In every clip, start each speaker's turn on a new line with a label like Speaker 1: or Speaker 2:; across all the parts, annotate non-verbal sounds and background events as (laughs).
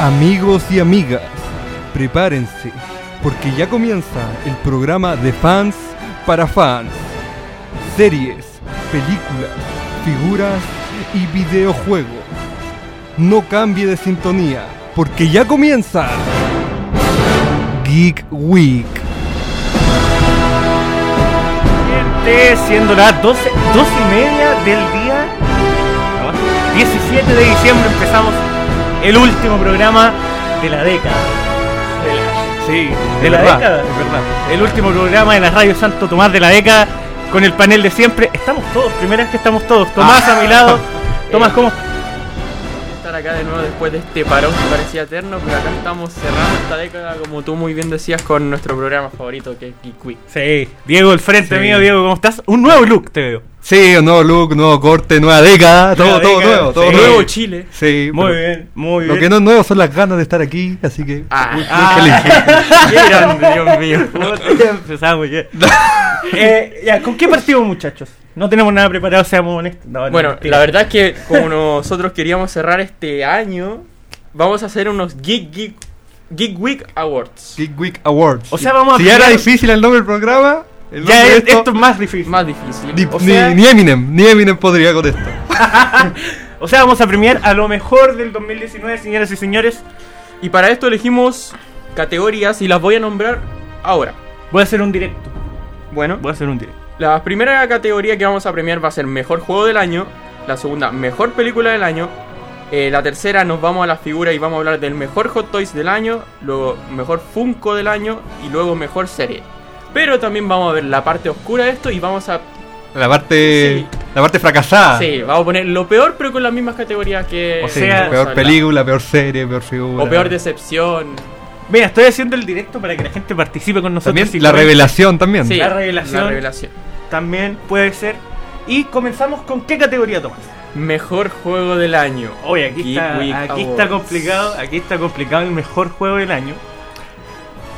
Speaker 1: Amigos y amigas, prepárense, porque ya comienza el programa de fans para fans. Series, películas, figuras y videojuegos. No cambie de sintonía, porque ya comienza Geek Week.
Speaker 2: Gente, siendo las 12, 12 y media del día, ¿no? 17 de diciembre empezamos el último programa de la década. Sí, de la
Speaker 1: verdad,
Speaker 2: década.
Speaker 1: es verdad.
Speaker 2: El último programa de la Radio Santo Tomás de la década con el panel de siempre. Estamos todos, primera vez que estamos todos. Tomás
Speaker 1: Ah.
Speaker 2: a
Speaker 1: (laughs)
Speaker 2: mi lado.
Speaker 1: Eh.
Speaker 2: Tomás, ¿cómo?
Speaker 3: estar acá de nuevo después de este parón que parecía eterno, pero acá estamos cerrando esta década, como tú muy bien decías, con nuestro programa favorito que es Geek Week.
Speaker 2: Sí, Diego, el frente
Speaker 1: Sí.
Speaker 2: mío, Diego, ¿cómo estás? Un nuevo look te veo.
Speaker 1: Sí, un nuevo look, nuevo corte, nueva década, todo,
Speaker 2: Nueva
Speaker 1: todo
Speaker 2: década,
Speaker 1: nuevo, todo
Speaker 2: sí.
Speaker 1: nuevo.
Speaker 3: Nuevo Chile.
Speaker 1: Sí,
Speaker 2: Muy
Speaker 1: pero
Speaker 2: bien, muy
Speaker 1: Lo
Speaker 2: bien.
Speaker 1: que no es nuevo son las ganas de estar aquí, así que
Speaker 3: Ah.
Speaker 1: muy, muy
Speaker 2: Ah.
Speaker 1: feliz.
Speaker 3: (laughs) ¡Qué grande, Dios mío!
Speaker 2: (laughs) Empezamos ya. (laughs) Eh, ya, ¿Con qué partimos, muchachos? No tenemos nada preparado, seamos honestos. No, no,
Speaker 3: Bueno,
Speaker 2: mentira.
Speaker 3: la verdad es que como nosotros queríamos cerrar este año, vamos a hacer unos Geek Geek Geek Week Awards.
Speaker 1: Geek Week Awards.
Speaker 2: O sea, vamos a
Speaker 1: si ya era
Speaker 2: primero-
Speaker 1: difícil el nombre del programa, el nombre
Speaker 2: Ya
Speaker 1: de
Speaker 2: es- esto, es más difícil.
Speaker 3: Más difícil.
Speaker 1: Ni,
Speaker 3: O sea,
Speaker 1: ni- ni Eminem, ni Eminem podría con esto.
Speaker 2: O sea, vamos a premiar a lo mejor del 2019, señoras y señores.
Speaker 3: y para esto elegimos categorías y las voy a nombrar ahora.
Speaker 2: Voy a hacer un directo.
Speaker 3: Bueno,
Speaker 2: Voy a hacer un directo.
Speaker 3: La primera categoría que vamos a premiar va a ser Mejor Juego del Año, la segunda Mejor Película del Año, eh, la tercera nos vamos a la figura y vamos a hablar del Mejor Hot Toys del Año, luego Mejor Funko del Año y luego Mejor Serie. Pero también vamos a ver la parte oscura de esto y vamos a...
Speaker 1: La parte,
Speaker 3: Sí.
Speaker 1: la parte fracasada.
Speaker 3: Sí, vamos a poner lo peor pero con las mismas categorías que...
Speaker 2: O
Speaker 1: Ah. Sí,
Speaker 2: sea,
Speaker 3: vamos a
Speaker 1: peor
Speaker 3: hablar.
Speaker 1: película, peor serie, peor figura.
Speaker 3: O peor decepción.
Speaker 2: Mira, estoy haciendo el directo para que la gente participe con nosotros.
Speaker 1: También
Speaker 2: Si
Speaker 1: la
Speaker 2: quieren,
Speaker 1: revelación también.
Speaker 3: Sí,
Speaker 2: La revelación.
Speaker 3: la revelación.
Speaker 2: También puede ser. Y comenzamos con qué categoría, Tomás.
Speaker 3: Mejor Juego del Año.
Speaker 2: Oye, aquí,
Speaker 3: Geek Week
Speaker 2: está, aquí está
Speaker 3: Awards.
Speaker 2: complicado. Aquí está complicado el mejor juego del año.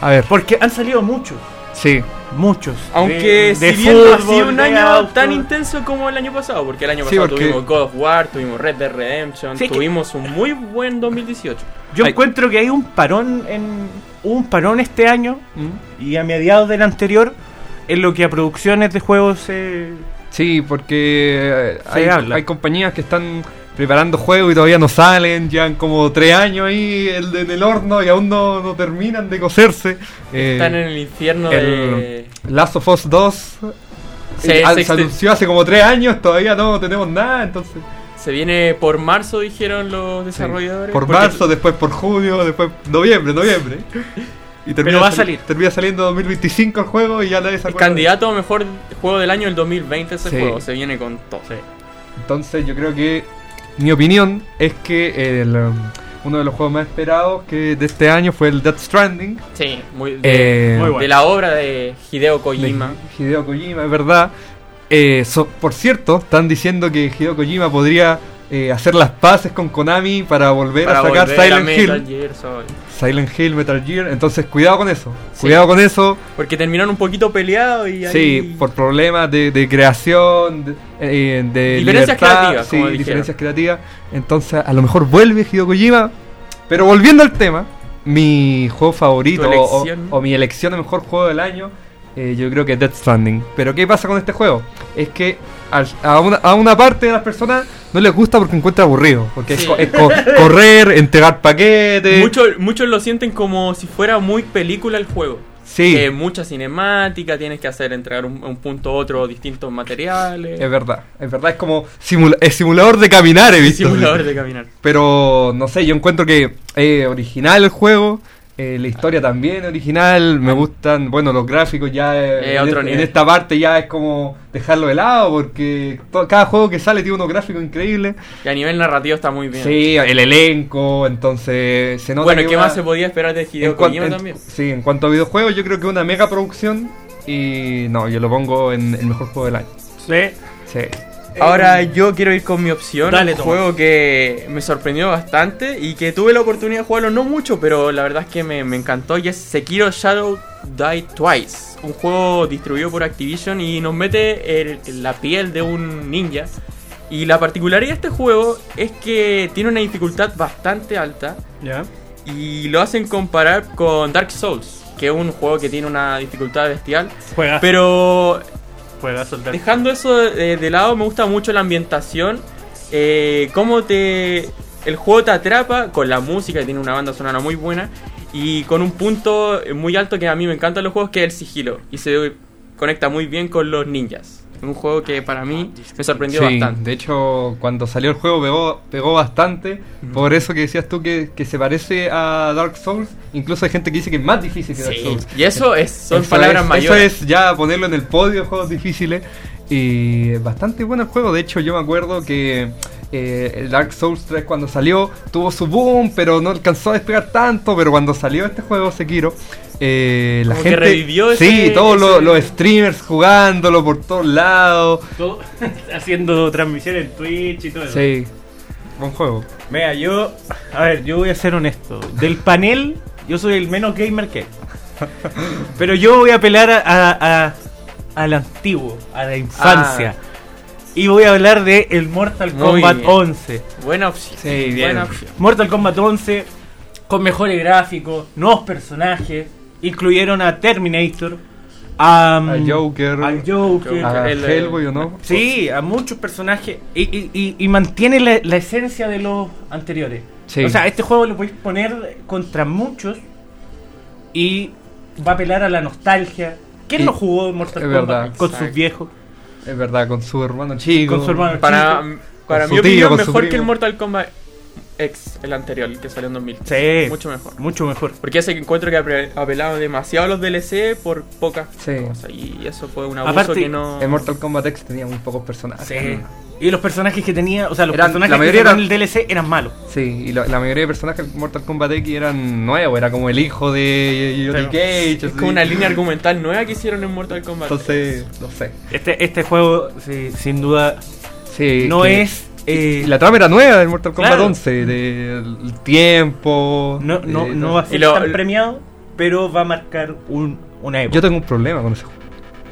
Speaker 1: A ver,
Speaker 2: Porque han salido muchos.
Speaker 1: sí.
Speaker 2: Muchos.
Speaker 3: Aunque
Speaker 2: De- de
Speaker 3: si bien no ha
Speaker 2: fútbol,
Speaker 3: sido un
Speaker 2: de
Speaker 3: año
Speaker 2: auto.
Speaker 3: tan intenso como el año pasado, porque el año
Speaker 1: Sí,
Speaker 3: pasado
Speaker 1: porque-
Speaker 3: tuvimos God of War, tuvimos Red Dead Redemption,
Speaker 2: Sí, es que-
Speaker 3: tuvimos un muy buen 2018.
Speaker 2: Yo
Speaker 1: Ay.
Speaker 2: encuentro que hay un parón en hubo un parón este año y a mediados del anterior en lo que a producciones de juegos eh,
Speaker 1: Sí, porque eh,
Speaker 2: Se
Speaker 1: hay,
Speaker 2: habla.
Speaker 1: hay compañías que están preparando juegos y todavía no salen, llevan como tres años ahí el- en el horno y aún no, no terminan de cocerse. Eh,
Speaker 3: Están en el infierno de. este.
Speaker 1: el Last of Us 2
Speaker 3: Se,
Speaker 1: eh,
Speaker 3: se
Speaker 1: se
Speaker 3: exten-
Speaker 1: anunció hace como tres años, todavía no tenemos nada, entonces
Speaker 3: se viene por marzo, dijeron los
Speaker 1: sí,
Speaker 3: desarrolladores.
Speaker 1: por
Speaker 3: porque-
Speaker 1: marzo, después por junio, después noviembre, noviembre. Y termina
Speaker 2: va a
Speaker 1: sali-
Speaker 2: salir.
Speaker 1: Termina saliendo 2025 el juego y ya nadie se
Speaker 3: el
Speaker 1: acuerda de-
Speaker 3: candidato a mejor juego del año del 2020 ese
Speaker 1: Sí.
Speaker 3: juego, se viene con todo.
Speaker 1: Entonces yo creo que mi opinión es que el, um, uno de los juegos más esperados que de este año fue el Death Stranding.
Speaker 3: Sí, muy, de,
Speaker 1: Eh,
Speaker 2: muy bueno.
Speaker 3: de la obra de Hideo Kojima.
Speaker 1: de Hideo Kojima, es verdad. Eh, so- por cierto, están diciendo que Hideo Kojima podría eh, hacer las paces con Konami para volver
Speaker 3: Para
Speaker 1: a sacar
Speaker 3: volver a
Speaker 1: Silent
Speaker 3: Metal
Speaker 1: Hill.
Speaker 3: Gear Solid.
Speaker 1: Silent Hill, Metal Gear. Entonces cuidado con eso.
Speaker 3: Sí.
Speaker 1: Cuidado con eso.
Speaker 3: Porque terminaron un poquito peleados y ahí-
Speaker 1: Sí, por problemas de, de creación, de, eh, de
Speaker 3: Diferencias
Speaker 1: libertad,
Speaker 3: creativas,
Speaker 1: sí,
Speaker 3: como dijeron.
Speaker 1: diferencias creativas. Entonces, a lo mejor vuelve Hideo Kojima. Pero volviendo al tema, mi juego favorito
Speaker 3: Tu
Speaker 1: o, o-
Speaker 3: elección.
Speaker 1: o mi elección de mejor juego del año, eh, yo creo que es Death Stranding. Pero ¿qué pasa con este juego? Es que al- a, una, a una parte de las personas no les gusta porque encuentra aburrido. Porque es
Speaker 3: Sí.
Speaker 1: co- es, co- correr, entregar paquetes.
Speaker 3: Muchos, muchos lo sienten como si fuera muy película el juego.
Speaker 1: sí,
Speaker 3: Que mucha cinemática, tienes que hacer entregar un, un punto a otro distintos materiales.
Speaker 1: es verdad. Es verdad, es como simula- es simulador de caminar, he visto.
Speaker 3: Simulador de caminar.
Speaker 1: Pero no sé, yo encuentro que eh, original el juego, eh, la historia también original, me gustan, bueno, los gráficos ya eh,
Speaker 3: Eh,
Speaker 1: en,
Speaker 3: Ah. otro
Speaker 1: este-
Speaker 3: nivel.
Speaker 1: en esta parte ya es como dejarlo de lado porque to- cada juego que sale tiene unos gráficos increíbles.
Speaker 3: Y a nivel narrativo está muy bien.
Speaker 1: Sí, el elenco, entonces se nota
Speaker 3: bueno,
Speaker 1: que
Speaker 3: ¿qué
Speaker 1: una-
Speaker 3: más se podía esperar de
Speaker 1: en
Speaker 3: Hideo
Speaker 1: cuan-
Speaker 3: Kojima
Speaker 1: en-
Speaker 3: también?
Speaker 1: Sí, en cuanto a videojuegos yo creo que una mega producción y no, yo lo pongo en el mejor juego del año.
Speaker 2: Sí.
Speaker 1: Sí.
Speaker 3: Ahora yo quiero ir con mi opción.
Speaker 2: Eh, Dale,
Speaker 3: un
Speaker 2: Tomás.
Speaker 3: juego que me sorprendió bastante y que tuve la oportunidad de jugarlo no mucho, pero la verdad es que me, me encantó y es Sekiro Shadow Die Twice. Un juego distribuido por Activision y nos mete el- la piel de un ninja. Y la particularidad de este juego es que tiene una dificultad bastante alta.
Speaker 2: Ya.
Speaker 3: Y lo hacen comparar con Dark Souls, que es un juego que tiene una dificultad bestial.
Speaker 2: Juega,
Speaker 3: Pero
Speaker 2: juega soltar.
Speaker 3: Dejando eso eh, de, de lado, me gusta mucho la ambientación. eh, cómo te. El juego te atrapa con la música, que tiene una banda sonora muy buena. Y con un punto muy alto que a mí me encantan los juegos, que es el sigilo. Y se conecta muy bien con los ninjas. Un juego que para mí me sorprendió
Speaker 1: Sí,
Speaker 3: bastante.
Speaker 1: de hecho, cuando salió el juego pegó, pegó bastante. Por eso que decías tú que, que se parece a Dark Souls. Incluso hay gente que dice que es más difícil que Dark
Speaker 3: Sí,
Speaker 1: Souls.
Speaker 3: Y eso es, son
Speaker 1: Eso
Speaker 3: palabras
Speaker 1: es-
Speaker 3: mayores.
Speaker 1: Eso es ya ponerlo en el podio de juegos difíciles. Y es bastante bueno el juego. De hecho, yo me acuerdo que eh, el Dark Souls 3 cuando salió tuvo su boom, pero no alcanzó a despegar tanto. Pero cuando salió este juego, Sekiro, eh, la
Speaker 3: Como que
Speaker 1: gente.
Speaker 3: revivió ese-
Speaker 1: sí, todos los-
Speaker 3: ese-
Speaker 1: los streamers jugándolo por todos lados.
Speaker 2: Todo- (laughs) haciendo transmisiones en Twitch y todo eso.
Speaker 1: Sí, buen juego.
Speaker 2: Mira, yo. A ver, yo voy a ser honesto. Del panel, yo soy el menos gamer
Speaker 3: (laughs)
Speaker 2: que. hay. Pero yo voy a apelar a, a, a- al antiguo, a la infancia. Y voy a hablar de el Mortal
Speaker 3: Ah. Muy
Speaker 2: Kombat
Speaker 3: bien.
Speaker 2: 11.
Speaker 3: Buena opción.
Speaker 1: Sí, bien.
Speaker 3: Buena opción.
Speaker 2: Mortal Kombat 11, con mejores gráficos, nuevos personajes. Incluyeron a Terminator, a, mm,
Speaker 1: A Joker.
Speaker 2: al Joker,
Speaker 1: A
Speaker 3: El-
Speaker 1: Hellboy o no.
Speaker 2: Sí, a muchos personajes. Y, y- y- y mantiene la, la esencia de los anteriores.
Speaker 1: Sí.
Speaker 2: O sea, este juego lo podéis poner contra muchos y va a apelar a la nostalgia. ¿Quién
Speaker 1: Y-
Speaker 2: lo jugó en Mortal
Speaker 1: es
Speaker 2: Kombat
Speaker 1: verdad.
Speaker 2: con sus
Speaker 3: Exacto.
Speaker 2: viejos?
Speaker 1: Es verdad, con su hermano chico.
Speaker 2: Con su hermano
Speaker 3: Para,
Speaker 2: chico.
Speaker 3: para
Speaker 1: su
Speaker 3: mi
Speaker 1: tío,
Speaker 3: opinión,
Speaker 1: con su
Speaker 3: mejor que
Speaker 1: primo.
Speaker 3: el Mortal Kombat X, el anterior, el que salió en 2000.
Speaker 2: Sí.
Speaker 3: Mucho mejor.
Speaker 2: Mucho mejor.
Speaker 3: Porque ese que encuentro que apre- apelaban demasiado a los DLC por pocas
Speaker 1: Sí.
Speaker 3: cosas. Y eso fue un abuso
Speaker 2: Aparte,
Speaker 3: que no.
Speaker 1: En Mortal Kombat X tenía muy pocos personajes.
Speaker 2: Sí. Y los personajes que tenía, o sea, los
Speaker 1: Eran-
Speaker 2: personajes
Speaker 1: la mayoría
Speaker 2: que tenían
Speaker 1: eran-
Speaker 2: el DLC eran malos.
Speaker 1: Sí, y la, la mayoría de personajes de Mortal Kombat X eran nuevos, era como el hijo de Johnny
Speaker 2: Claro.
Speaker 1: Cage.
Speaker 3: Es
Speaker 1: así.
Speaker 3: como una línea argumental nueva que hicieron en Mortal Kombat.
Speaker 1: Entonces, no sé.
Speaker 2: Este, este juego, sí, sin duda,
Speaker 1: Sí,
Speaker 2: no
Speaker 1: que-
Speaker 2: es. eh,
Speaker 1: y La trama era nueva del Mortal Kombat
Speaker 2: Claro.
Speaker 1: 11, del tiempo. eh,
Speaker 2: no, no,
Speaker 1: de-
Speaker 2: no va a ser
Speaker 3: Y lo-
Speaker 2: tan premiado, pero va a marcar un, una época.
Speaker 1: Yo tengo un problema con ese juego,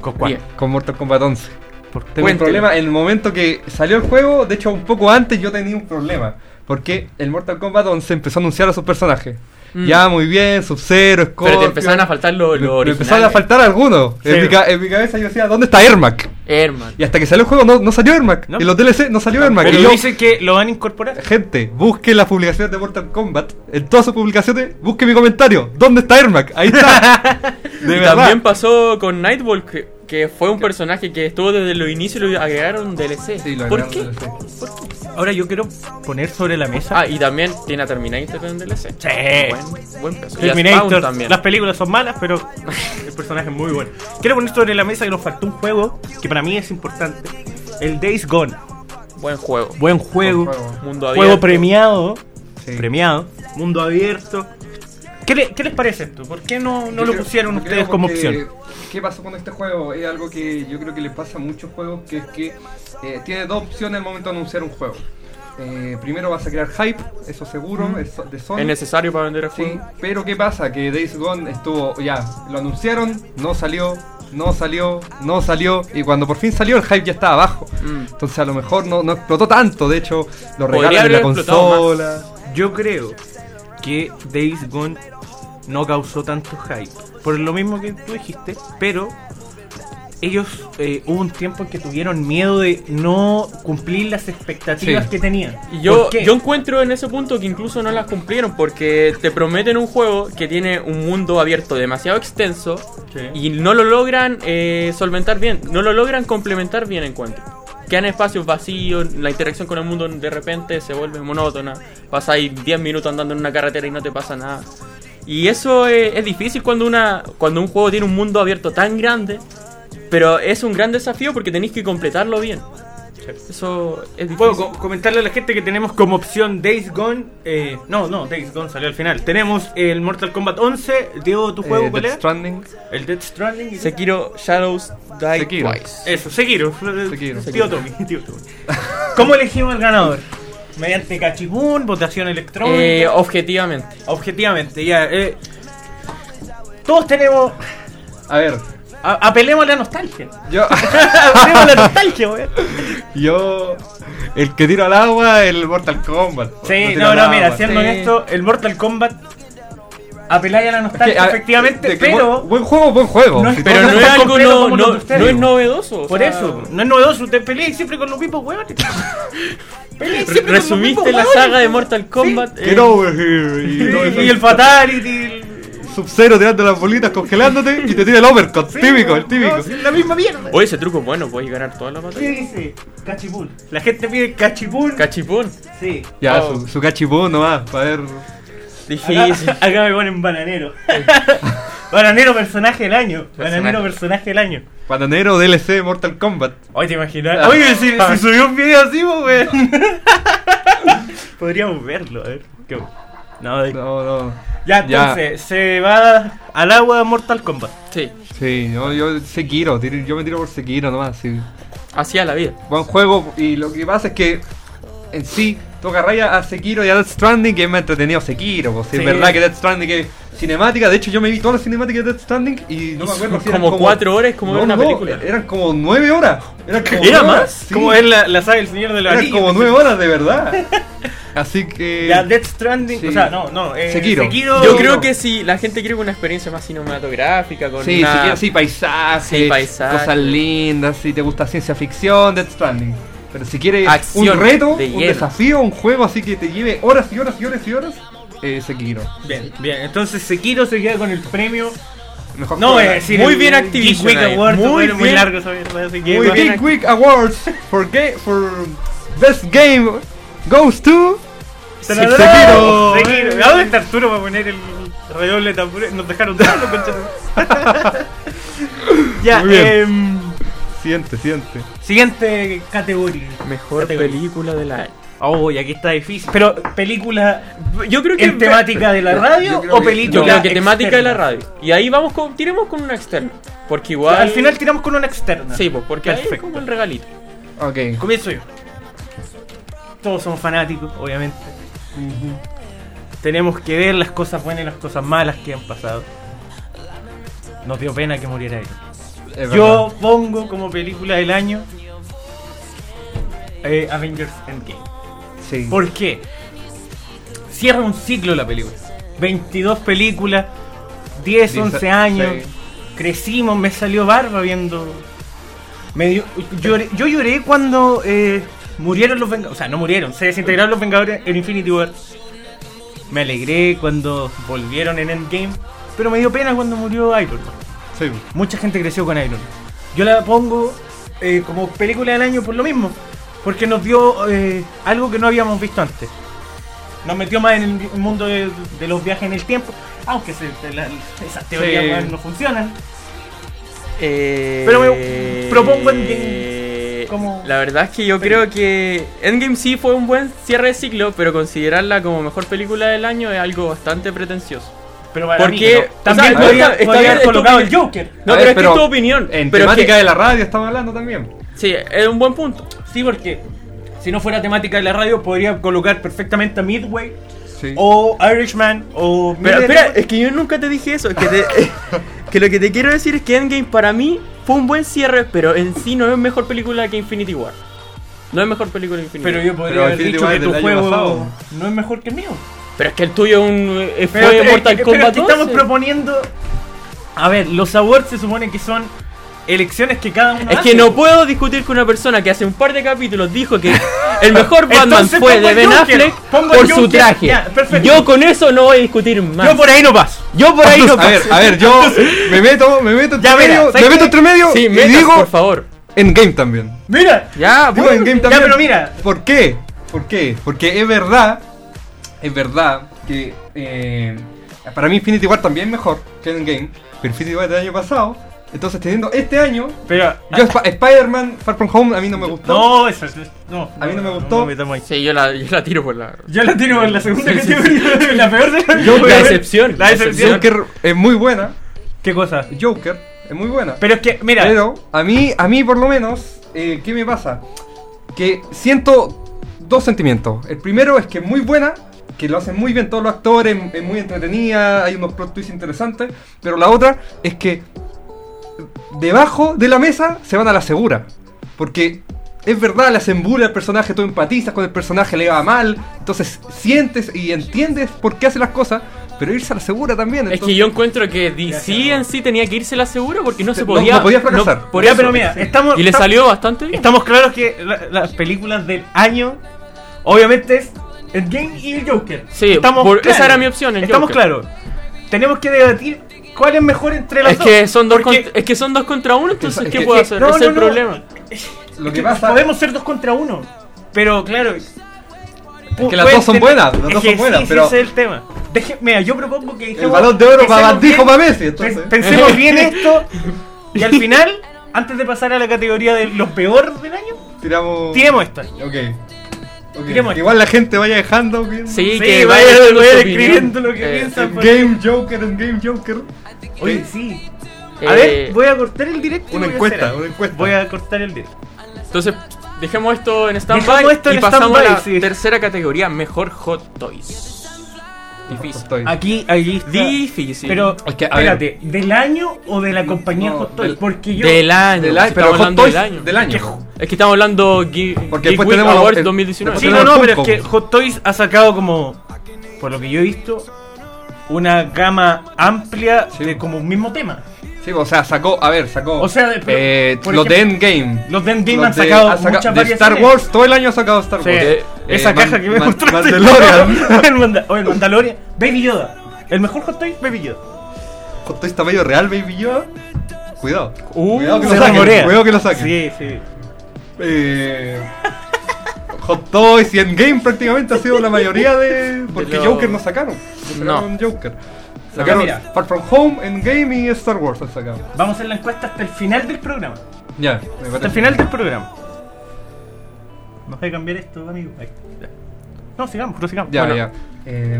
Speaker 2: ¿Con cuál?
Speaker 3: Bien.
Speaker 1: con Mortal Kombat 11.
Speaker 2: ¿Por
Speaker 1: Tengo
Speaker 3: Cuénteme.
Speaker 1: un problema en el momento que salió el juego, de hecho un poco antes yo tenía un problema, porque el Mortal Kombat 11 empezó a anunciar a sus personajes.
Speaker 3: Mm.
Speaker 1: Ya, muy bien, Sub-Zero, Scorpion...
Speaker 3: Pero te empezaron a faltar los
Speaker 1: Me-
Speaker 3: lo
Speaker 1: me empezaron a faltar algunos.
Speaker 2: Sí.
Speaker 1: En, mi, ca- en mi cabeza yo decía, ¿dónde está Ermac?
Speaker 3: Herman.
Speaker 1: Y hasta que salió el juego no, no salió Ermac.
Speaker 2: No.
Speaker 1: En los DLC no salió Ermac.
Speaker 2: Pero
Speaker 1: Y yo-
Speaker 2: dicen que lo van a incorporar.
Speaker 1: Gente, busquen las publicaciones de Mortal Kombat. En todas sus publicaciones, busquen mi comentario. ¿Dónde está Ermac? Ahí está.
Speaker 3: (laughs)
Speaker 1: De
Speaker 3: y
Speaker 1: verdad.
Speaker 3: también pasó con Nightball, que, que fue un personaje que estuvo desde los inicios y lo agregaron DLC.
Speaker 1: Sí, lo
Speaker 3: ¿Por
Speaker 1: agregaron
Speaker 3: qué?
Speaker 1: en DLC.
Speaker 2: Ahora yo quiero poner sobre la mesa.
Speaker 3: Ah, y también tiene a Terminator en DLC.
Speaker 2: Sí.
Speaker 3: Buen, buen peso. Y a Spawn
Speaker 2: Terminator.
Speaker 3: también.
Speaker 2: Las películas son malas, pero (laughs) el personaje es muy bueno. Quiero poner sobre la mesa que nos faltó un juego que para mí es importante. El Days Gone.
Speaker 3: Buen juego.
Speaker 1: Buen
Speaker 2: Buen juego. Juego,
Speaker 1: juego.
Speaker 3: Mundo abierto.
Speaker 2: premiado.
Speaker 1: Sí.
Speaker 2: Premiado. Mundo abierto. ¿Qué, le- qué les parece esto? ¿Por qué no, no
Speaker 1: Yo
Speaker 2: lo
Speaker 1: creo-
Speaker 2: pusieron
Speaker 1: yo
Speaker 2: ustedes
Speaker 1: creo
Speaker 2: como
Speaker 1: porque-
Speaker 2: opción?
Speaker 1: ¿Qué pasó con este juego? Es algo que yo creo que le pasa a muchos juegos, que es que eh, tiene dos opciones al momento de anunciar un juego. Eh, primero vas a crear hype, eso seguro, es de Sony.
Speaker 3: Es necesario para vender el
Speaker 1: Sí,
Speaker 3: juego.
Speaker 1: pero ¿qué pasa? Que Days Gone estuvo, ya, lo anunciaron, no salió, no salió, no salió, y cuando por fin salió el hype ya estaba abajo.
Speaker 3: Mm.
Speaker 1: Entonces a lo mejor no, no explotó tanto, de hecho, lo
Speaker 3: Podría
Speaker 1: regalan en la
Speaker 3: haber explotado más.
Speaker 1: consola.
Speaker 2: Yo creo que Days Gone no causó tanto hype. Por lo mismo que tú dijiste, pero ellos eh, hubo un tiempo en que tuvieron miedo de no cumplir las expectativas
Speaker 1: Sí.
Speaker 2: que tenían.
Speaker 3: Y yo,
Speaker 2: ¿Por qué?
Speaker 3: yo encuentro en ese punto que incluso no las cumplieron porque te prometen un juego que tiene un mundo abierto demasiado extenso y no lo logran eh, solventar bien, no lo logran complementar bien encuentro. Quedan espacios vacíos, la interacción con el mundo de repente se vuelve monótona, pasáis 10 minutos andando en una carretera y no te pasa nada. Y eso es, es difícil cuando, una, cuando un juego tiene un mundo abierto tan grande, pero es un gran desafío porque tenéis que completarlo bien. Eso es difícil.
Speaker 2: Puedo co- comentarle a la gente que tenemos como opción Days Gone. eh, no, no, Days Gone salió al final. Tenemos el Mortal Kombat 11. Diego, ¿tu juego
Speaker 1: Eh,
Speaker 2: cuál
Speaker 1: Death
Speaker 2: era?
Speaker 1: Stranding,
Speaker 2: El Death Stranding. y-
Speaker 3: Sekiro Shadows Die
Speaker 1: Sekiro.
Speaker 3: Twice.
Speaker 2: Eso, Sekiro.
Speaker 1: Sekiro.
Speaker 2: Tío Tommy, tío Tommy. ¿Cómo elegimos el ganador? Mediante cachipún, votación electrónica.
Speaker 3: Eh, objetivamente.
Speaker 2: Objetivamente, ya. eh, todos tenemos.
Speaker 1: A ver,
Speaker 2: a- apelemos a la
Speaker 3: (laughs)
Speaker 2: nostalgia.
Speaker 1: yo...
Speaker 2: apelemos a la nostalgia, weón.
Speaker 1: Yo. El que tiro al agua, el Mortal Kombat.
Speaker 2: Sí,
Speaker 1: tiro
Speaker 2: no,
Speaker 1: al
Speaker 2: no,
Speaker 1: agua.
Speaker 2: mira, siendo
Speaker 3: sí.
Speaker 2: honesto, el Mortal Kombat apeláis a la nostalgia,
Speaker 1: Que, a-
Speaker 2: efectivamente,
Speaker 1: de que
Speaker 2: pero.
Speaker 1: buen, buen juego, buen juego.
Speaker 2: No es-
Speaker 1: Si
Speaker 3: Pero
Speaker 2: No
Speaker 3: no,
Speaker 1: todos
Speaker 3: es
Speaker 2: tan
Speaker 3: algo
Speaker 2: completo
Speaker 3: no,
Speaker 2: como los
Speaker 3: no,
Speaker 2: de ustedes.
Speaker 3: no es novedoso. Ah. o
Speaker 2: Por
Speaker 3: sea,
Speaker 2: eso, no es novedoso, te peleáis siempre con los mismos
Speaker 3: (laughs)
Speaker 2: hueones. Peleáis siempre con los mismos
Speaker 3: Resumiste la
Speaker 2: hueones.
Speaker 3: saga de Mortal Kombat. eh,
Speaker 1: Get over here. Y, todo eso.
Speaker 2: Y, y el Fatality. el-
Speaker 1: Sub-Zero tirando las bolitas, congelándote y te tira el overcut. típico, el típico.
Speaker 2: No, sí, la misma mierda.
Speaker 3: Oye, ese truco es bueno, puedes ganar toda la
Speaker 2: ¿Qué
Speaker 3: batalla.
Speaker 2: dice? Cachipul. La gente pide cachipul.
Speaker 3: Cachipún.
Speaker 2: sí.
Speaker 1: Ya,
Speaker 3: Oh.
Speaker 1: su, su cachipú nomás, para ver.
Speaker 2: Acá, (laughs)
Speaker 3: Difícil.
Speaker 2: acá me ponen bananero. (laughs) bananero personaje del año. Bananero
Speaker 3: Personaje.
Speaker 2: personaje del año.
Speaker 1: Pananero DLC Mortal Kombat.
Speaker 2: Oye, te
Speaker 1: Ah.
Speaker 2: imaginas. Ah, Oye, si, si subió un video así, pues, weón. Podríamos verlo, a ver. ¿Qué? No, de-
Speaker 1: No, no.
Speaker 2: Ya, entonces, se va al agua Mortal Kombat.
Speaker 3: Sí,
Speaker 1: Sí, yo, yo Sekiro, tir- yo me tiro por Sekiro nomás. Sí.
Speaker 3: así a la vida.
Speaker 1: Buen juego y lo que pasa es que en sí toca raya a Sekiro y a Death Stranding que es más entretenido Sekiro. Pues, si
Speaker 2: Sí.
Speaker 1: Es verdad que Death Stranding es cinemática, de hecho yo me vi todas las cinemáticas de Death Stranding y no me acuerdo si eran
Speaker 3: como cuatro horas, como ver una película.
Speaker 1: Eran como nueve horas. Eran como
Speaker 2: ¿Era
Speaker 1: nueve
Speaker 2: más?
Speaker 1: horas, sí.
Speaker 2: Como es la, la saga del Señor de los
Speaker 1: Eran
Speaker 2: Anillos.
Speaker 1: como nueve horas de verdad. (laughs) Así que...
Speaker 2: Ya, Death Stranding.
Speaker 1: Sí.
Speaker 2: O sea, no, no. Eh,
Speaker 1: Sekiro.
Speaker 3: Yo
Speaker 1: No,
Speaker 3: creo
Speaker 1: no.
Speaker 3: que si la gente quiere una experiencia más cinematográfica, con
Speaker 1: Sí,
Speaker 3: una-
Speaker 1: si quieres, sí, paisajes,
Speaker 3: Sí, paisajes.
Speaker 1: cosas lindas, si te gusta ciencia ficción, Death Stranding. Pero si quieres
Speaker 3: Acción
Speaker 1: un reto,
Speaker 3: de
Speaker 1: un
Speaker 3: lleno.
Speaker 1: desafío, un juego así que te lleve horas y horas y horas y horas, eh, Sekiro.
Speaker 2: Bien, bien. Entonces, Sekiro se queda con el premio.
Speaker 1: Mejor
Speaker 2: No,
Speaker 1: juego
Speaker 2: es
Speaker 1: del
Speaker 2: decir,
Speaker 3: eh, Muy
Speaker 2: el-
Speaker 3: bien
Speaker 2: el
Speaker 3: Activision
Speaker 2: Geek Week
Speaker 3: ahí.
Speaker 2: Award,
Speaker 3: Muy
Speaker 2: bueno, muy
Speaker 3: bien.
Speaker 2: largo, ¿sabes? Así
Speaker 1: año.
Speaker 2: que
Speaker 1: Muy
Speaker 2: va-
Speaker 1: Big Week Awards for, ga- for Best Game goes to
Speaker 2: ¡Tarará!
Speaker 1: Sekiro.
Speaker 2: Sekiro. ¿A dónde está Arturo para poner el redoble de tambores? Nos dejaron tanto, concha. (laughs) ya,
Speaker 1: Muy bien.
Speaker 2: em,
Speaker 1: Siguiente, siguiente.
Speaker 2: siguiente categoría.
Speaker 3: Mejor
Speaker 2: Categoría.
Speaker 3: película del año.
Speaker 2: Oh, y aquí está difícil. Pero, ¿película
Speaker 3: Yo creo que
Speaker 2: en temática de la
Speaker 1: yo
Speaker 2: radio
Speaker 1: creo
Speaker 2: o
Speaker 1: que-
Speaker 2: película
Speaker 3: Yo creo que
Speaker 2: externa?
Speaker 3: temática de la radio. Y ahí vamos con tiremos con una externa, porque igual
Speaker 2: Al final tiramos con una externa.
Speaker 3: sí, pues, porque ahí es
Speaker 2: Perfecto.
Speaker 3: como el regalito.
Speaker 1: Ok.
Speaker 2: Comienzo yo. Todos somos fanáticos, obviamente. Tenemos que ver las cosas buenas y las cosas malas que han pasado. Nos dio pena que muriera él.
Speaker 1: es
Speaker 2: Yo pongo como película del año eh, Avengers Endgame.
Speaker 1: verdad. Sí.
Speaker 2: ¿Por qué? Cierra un ciclo la película. 22 películas, 10,
Speaker 1: Dice-
Speaker 2: 11 años.
Speaker 1: sí.
Speaker 2: Crecimos, me salió barba viendo. Me dio- lloré- yo lloré cuando eh, murieron los Vengadores. O sea, no murieron, se desintegraron los Vengadores en Infinity War. Me alegré cuando volvieron en Endgame. Pero me dio pena cuando murió Iron Man.
Speaker 1: Sí.
Speaker 2: Mucha gente creció con Iron Man. Yo la pongo eh, como película del año por lo mismo. Porque nos dio eh, algo que no habíamos visto antes. Nos metió más en el vi- mundo de, de los viajes en el tiempo. Aunque se- de la- esas teorías
Speaker 1: Sí.
Speaker 2: weón, no funcionan.
Speaker 3: Eh,
Speaker 2: Pero me propongo Endgame como-
Speaker 3: La verdad es que yo creo que Endgame sí fue un buen cierre de ciclo, pero considerarla como mejor película del año es algo bastante pretencioso.
Speaker 2: Pero para
Speaker 3: Porque-
Speaker 2: mí que no.
Speaker 3: o sea,
Speaker 2: también
Speaker 1: está-
Speaker 2: podría,
Speaker 3: está
Speaker 2: podría
Speaker 3: bien,
Speaker 2: haber
Speaker 3: es tu
Speaker 2: colocado el
Speaker 3: opinión.
Speaker 2: Joker.
Speaker 3: No,
Speaker 1: A
Speaker 3: pero
Speaker 1: ver,
Speaker 3: es que es tu opinión.
Speaker 1: En
Speaker 3: pero es que- Oh,
Speaker 1: temática de la radio estamos hablando también.
Speaker 3: Sí, es un buen punto.
Speaker 2: Sí, porque si no fuera temática de la radio, podría colocar perfectamente a Midway
Speaker 1: Sí.
Speaker 2: o Irishman o.
Speaker 3: Pero
Speaker 2: Midnight
Speaker 3: espera,
Speaker 2: Express.
Speaker 3: es que yo nunca te dije eso. Que, te- eh, que lo que te quiero decir es que Endgame para mí fue un buen cierre, pero en sí no es mejor película que Infinity War. No es mejor película que Infinity
Speaker 2: Pero
Speaker 3: War.
Speaker 2: yo podría
Speaker 1: Pero
Speaker 2: haber
Speaker 1: Infinity
Speaker 2: dicho
Speaker 1: War
Speaker 2: que
Speaker 1: del
Speaker 2: tu
Speaker 1: año
Speaker 2: juego
Speaker 1: pasado.
Speaker 2: no es mejor que el mío.
Speaker 3: Pero es que el tuyo es un, eh, fue
Speaker 2: Pero, eh,
Speaker 3: Mortal
Speaker 2: eh, pero
Speaker 3: Kombat
Speaker 2: aquí estamos
Speaker 3: 12.
Speaker 2: proponiendo. A ver, los awards se supone que son elecciones que cada uno.
Speaker 3: Es
Speaker 2: hace.
Speaker 3: que no puedo discutir con una persona que hace un par de capítulos dijo que el (laughs) mejor Batman
Speaker 2: Entonces
Speaker 3: fue
Speaker 2: pongo
Speaker 3: de
Speaker 2: el
Speaker 3: Ben
Speaker 2: Joker,
Speaker 3: Affleck
Speaker 2: pongo el
Speaker 3: por su
Speaker 2: Joker.
Speaker 3: traje.
Speaker 2: Ya, perfecto.
Speaker 3: yo con eso no voy a discutir más.
Speaker 2: Yo por ahí no paso.
Speaker 3: Yo por ahí no
Speaker 1: (laughs) a ver,
Speaker 3: paso.
Speaker 1: a ver, yo me meto, me meto entre
Speaker 2: Ya, mira,
Speaker 1: medio,
Speaker 2: ¿sabes
Speaker 1: me meto
Speaker 2: qué?
Speaker 1: entre medio
Speaker 3: Sí,
Speaker 1: y
Speaker 3: metas,
Speaker 1: digo
Speaker 3: por favor.
Speaker 1: en game también.
Speaker 2: Mira,
Speaker 3: Ya,
Speaker 1: Digo
Speaker 3: bueno.
Speaker 1: en game
Speaker 2: ya,
Speaker 1: también.
Speaker 2: pero mira.
Speaker 1: ¿Por qué? ¿Por qué? Porque es verdad, es verdad que eh, para mí Infinity War también es mejor que en game, pero Infinity War del año pasado, entonces teniendo este año,
Speaker 2: pero.
Speaker 1: yo Sp- Spider-Man Far From Home a mí no me gustó.
Speaker 2: No, eso es- no.
Speaker 1: A mí no me gustó.
Speaker 2: me metamos ahí.
Speaker 3: Sí, yo la, yo la tiro por la.
Speaker 2: Yo la tiro en la segunda categoría. (laughs) La peor de
Speaker 3: Yo- la excepción,
Speaker 2: La
Speaker 3: la
Speaker 2: excepción.
Speaker 3: excepción.
Speaker 1: Joker es muy buena,
Speaker 2: ¿Qué cosa?
Speaker 1: Joker es muy buena.
Speaker 2: Pero es que, mira.
Speaker 1: Pero a mí, a mí por lo menos, eh, ¿qué me pasa? Que siento dos sentimientos. El primero es que es muy buena, que lo hacen muy bien todos los actores, es muy entretenida, hay unos plot twists interesantes. Pero la otra es que debajo de la mesa se van a la segura. Porque es verdad, le hacen bullying al personaje, tú empatizas con el personaje, le va mal. Entonces sientes y entiendes por qué hace las cosas. pero irse a la segura también.
Speaker 3: Es que yo encuentro que DC en sí tenía que irse la segura porque no se
Speaker 1: No-
Speaker 3: podía.
Speaker 1: no podía fracasar.
Speaker 3: por
Speaker 2: Ya,
Speaker 3: eso.
Speaker 2: pero mira, estamos.
Speaker 3: y le
Speaker 2: estamos-
Speaker 3: salió bastante bien.
Speaker 2: Estamos claros que la- las películas del año, obviamente, es Endgame y el Joker.
Speaker 3: Sí,
Speaker 2: estamos
Speaker 3: por- esa era mi opción, el
Speaker 2: estamos
Speaker 3: Joker.
Speaker 2: claros. Tenemos que debatir cuál es mejor entre las
Speaker 3: Es
Speaker 2: dos.
Speaker 3: que, son dos
Speaker 2: porque-
Speaker 3: contra, es que son dos contra uno, entonces,
Speaker 1: es
Speaker 3: ¿qué
Speaker 1: que-
Speaker 3: puedo
Speaker 2: es que-
Speaker 3: hacer?
Speaker 2: no,
Speaker 3: Ese es el
Speaker 2: no, no.
Speaker 3: problema.
Speaker 1: Lo que pasa-
Speaker 2: Podemos ser dos contra uno, pero claro. pu-
Speaker 1: que las
Speaker 2: pueden
Speaker 1: dos son
Speaker 2: tener-
Speaker 1: buenas, las
Speaker 2: es
Speaker 1: dos
Speaker 2: que
Speaker 1: son buenas,
Speaker 2: sí, sí,
Speaker 1: pero-
Speaker 2: ese es el tema. Deje- mira, yo propongo que dejemos-
Speaker 1: Balón de Oro
Speaker 2: pensemos
Speaker 1: para Bandijo,
Speaker 2: bien-
Speaker 1: para Messi,
Speaker 2: pen-
Speaker 1: entonces. (laughs)
Speaker 2: Pensemos bien esto y al final, antes de pasar a la categoría de los peor del año,
Speaker 1: Tiramos.
Speaker 2: tiremos esta.
Speaker 1: Ok. Ok.
Speaker 2: Tiremos esto.
Speaker 1: Igual la gente vaya dejando. bien-
Speaker 3: Sí,
Speaker 2: Sí,
Speaker 3: que
Speaker 2: vaya-
Speaker 3: vaya dando
Speaker 2: vaya
Speaker 3: su
Speaker 2: escribiendo
Speaker 3: opinión.
Speaker 2: lo que piensa.
Speaker 1: En Game Joker, en Game Joker.
Speaker 2: Oye, sí.
Speaker 3: eh,
Speaker 2: A ver, voy a cortar el directo. y
Speaker 1: Una
Speaker 2: voy a
Speaker 1: encuesta,
Speaker 2: hacer algo.
Speaker 1: una encuesta.
Speaker 2: Voy a cortar el directo.
Speaker 3: Entonces, dejemos esto en
Speaker 2: Dejamos
Speaker 3: stand-by
Speaker 2: esto en
Speaker 3: y pasamos a la
Speaker 2: stand-by, sí.
Speaker 3: tercera categoría, mejor Hot Toys. Difícil.
Speaker 1: Estoy.
Speaker 2: Aquí, aquí está.
Speaker 3: Difícil.
Speaker 2: Pero,
Speaker 1: Es que, a ver.
Speaker 2: espérate, ¿del año o de la compañía
Speaker 1: No,
Speaker 2: Hot Toys?
Speaker 1: del-
Speaker 2: Porque yo.
Speaker 3: del año.
Speaker 1: Del
Speaker 3: si
Speaker 1: año, pero
Speaker 3: estamos
Speaker 1: Hot
Speaker 3: hablando
Speaker 1: Toys
Speaker 3: del año.
Speaker 1: del año.
Speaker 3: Es que estamos hablando Ge
Speaker 1: Porque
Speaker 3: Geek
Speaker 1: después
Speaker 3: Week
Speaker 1: tenemos
Speaker 3: Awards
Speaker 1: el-
Speaker 3: 2019.
Speaker 2: Sí,
Speaker 1: Pero
Speaker 2: no,
Speaker 1: el
Speaker 2: no, pero es
Speaker 1: Funko.
Speaker 2: que Hot Toys ha sacado como, por lo que yo he visto, una gama amplia
Speaker 1: Sí.
Speaker 2: de como un mismo tema.
Speaker 1: Sí, o sea, sacó, a ver, sacó.
Speaker 2: O sea, de- pero,
Speaker 1: eh,
Speaker 2: por
Speaker 1: los de
Speaker 2: ejemplo,
Speaker 1: Endgame.
Speaker 2: los de Endgame
Speaker 1: Los
Speaker 2: han
Speaker 1: de-
Speaker 2: sacado
Speaker 1: ha saca-
Speaker 2: muchas
Speaker 1: de Star
Speaker 2: variaciones.
Speaker 1: Wars, todo el año ha sacado Star
Speaker 2: Sí.
Speaker 1: Wars.
Speaker 3: Eh,
Speaker 2: Esa
Speaker 1: eh,
Speaker 2: caja
Speaker 1: Man-
Speaker 2: que me este
Speaker 1: Man-
Speaker 2: mostraste.
Speaker 1: Mandalorian.
Speaker 2: (laughs) el, Manda- o el Mandalorian. Baby Yoda. El mejor Hot Toys, Baby Yoda.
Speaker 1: Con todo este tamaño real, baby yo. Cuidado.
Speaker 3: Uh,
Speaker 1: cuidado que
Speaker 2: Se
Speaker 1: lo saquen.
Speaker 2: rumorea.
Speaker 1: Cuidado que lo saquen.
Speaker 2: Sí, sí.
Speaker 1: Eh, Hot Toys y Endgame prácticamente ha sido la mayoría de. Porque
Speaker 3: De lo-
Speaker 1: Joker no sacaron. No sacaron Joker.
Speaker 2: No,
Speaker 1: Sacaron
Speaker 2: mira.
Speaker 1: Far From Home, Endgame y Star Wars han sacado.
Speaker 2: Vamos a hacer la encuesta hasta el final del programa.
Speaker 1: Ya, me
Speaker 2: Hasta
Speaker 1: parece.
Speaker 2: el final del programa. Nos voy a cambiar esto, amigo. Ahí, ya. No, sigamos, prosigamos.
Speaker 1: Ya,
Speaker 2: Bueno,
Speaker 1: ya. Eh,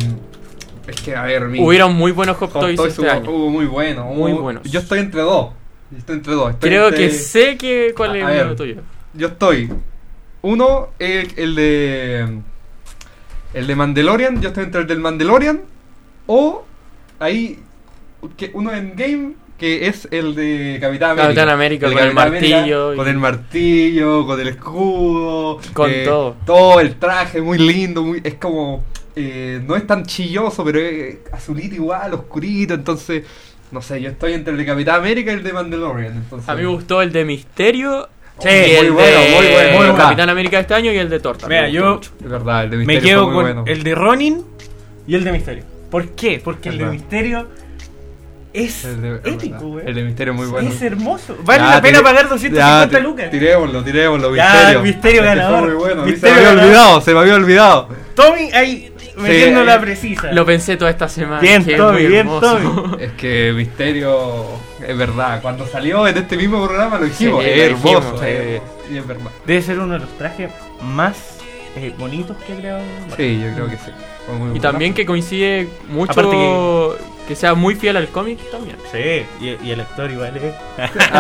Speaker 1: es que, a ver, mi.
Speaker 3: Hubieron muy buenos Hot,
Speaker 1: Hot
Speaker 3: Toys,
Speaker 1: Toys
Speaker 3: este
Speaker 1: hubo,
Speaker 3: año.
Speaker 1: hubo muy bueno. hubo-
Speaker 3: Muy buenos.
Speaker 1: Yo estoy entre dos. Yo Estoy entre dos. estoy
Speaker 3: Creo
Speaker 1: entre-
Speaker 3: que sé que cuál
Speaker 1: A-
Speaker 3: es
Speaker 1: a ver.
Speaker 3: el tuyo.
Speaker 1: Yo estoy. Uno, el, el de. El de Mandalorian. Yo estoy entre el del Mandalorian. O. Ahí. Que uno en game. Que es el de Capitán América.
Speaker 3: Capitán América,
Speaker 1: El
Speaker 3: con el martillo y-
Speaker 1: Con el martillo, con el escudo. eh,
Speaker 3: Con todo.
Speaker 1: Todo el traje, muy lindo. Muy, es como. eh, no es tan chilloso, pero es azulito igual, oscurito. Entonces. No sé, yo estoy entre el de Capitán América y el de Mandalorian. Entonces,
Speaker 3: A mí me gustó el de Misterio.
Speaker 1: Sí,
Speaker 3: y
Speaker 1: muy
Speaker 3: el
Speaker 1: bueno,
Speaker 3: de
Speaker 1: muy bueno, muy bueno.
Speaker 3: Capitán América de este año y el de Torta.
Speaker 2: Mira,
Speaker 3: Me gustó
Speaker 2: yo-
Speaker 3: mucho.
Speaker 1: Es verdad, el de
Speaker 2: me
Speaker 1: Misterio
Speaker 2: quedo
Speaker 1: fue
Speaker 2: con
Speaker 1: muy bueno.
Speaker 2: el de Ronin y el de Misterio. ¿Por qué? Porque el de
Speaker 1: Verdad.
Speaker 2: Misterio es
Speaker 1: El de,
Speaker 2: épico, güey.
Speaker 1: el de Misterio es muy bueno.
Speaker 2: Es hermoso. Vale
Speaker 1: Ya,
Speaker 2: la pena
Speaker 1: tiré-
Speaker 2: pagar 250
Speaker 1: ya, ti-
Speaker 2: lucas.
Speaker 1: Tirémoslo, tirémoslo,
Speaker 2: Ya,
Speaker 1: Misterio.
Speaker 2: Misterio
Speaker 1: Ese fue
Speaker 2: ganador.
Speaker 1: muy bueno, a mí
Speaker 2: Misterio
Speaker 1: se me había
Speaker 2: ganador.
Speaker 1: olvidado, se me había olvidado.
Speaker 2: Tommy ahí metiendo la precisa.
Speaker 3: Lo pensé toda esta semana.
Speaker 2: bien,
Speaker 3: que es
Speaker 2: Tommy,
Speaker 3: muy
Speaker 2: bien,
Speaker 3: hermoso.
Speaker 2: Tommy.
Speaker 1: Es que Misterio, es verdad, cuando salió en este mismo programa lo dijimos,
Speaker 3: Sí,
Speaker 1: es
Speaker 3: lo
Speaker 1: hermoso.
Speaker 3: dijimos, sí.
Speaker 1: eh, y es verdad.
Speaker 2: Debe ser uno de los trajes más eh, bonitos que ha creado.
Speaker 1: Sí, yo creo que sí. fue muy
Speaker 3: (laughs) Y
Speaker 1: bueno. (laughs)
Speaker 3: también que coincide mucho
Speaker 2: Aparte
Speaker 3: que...
Speaker 2: que-
Speaker 3: sea muy fiel al cómic también.
Speaker 2: Sí, y, y el actor igual es.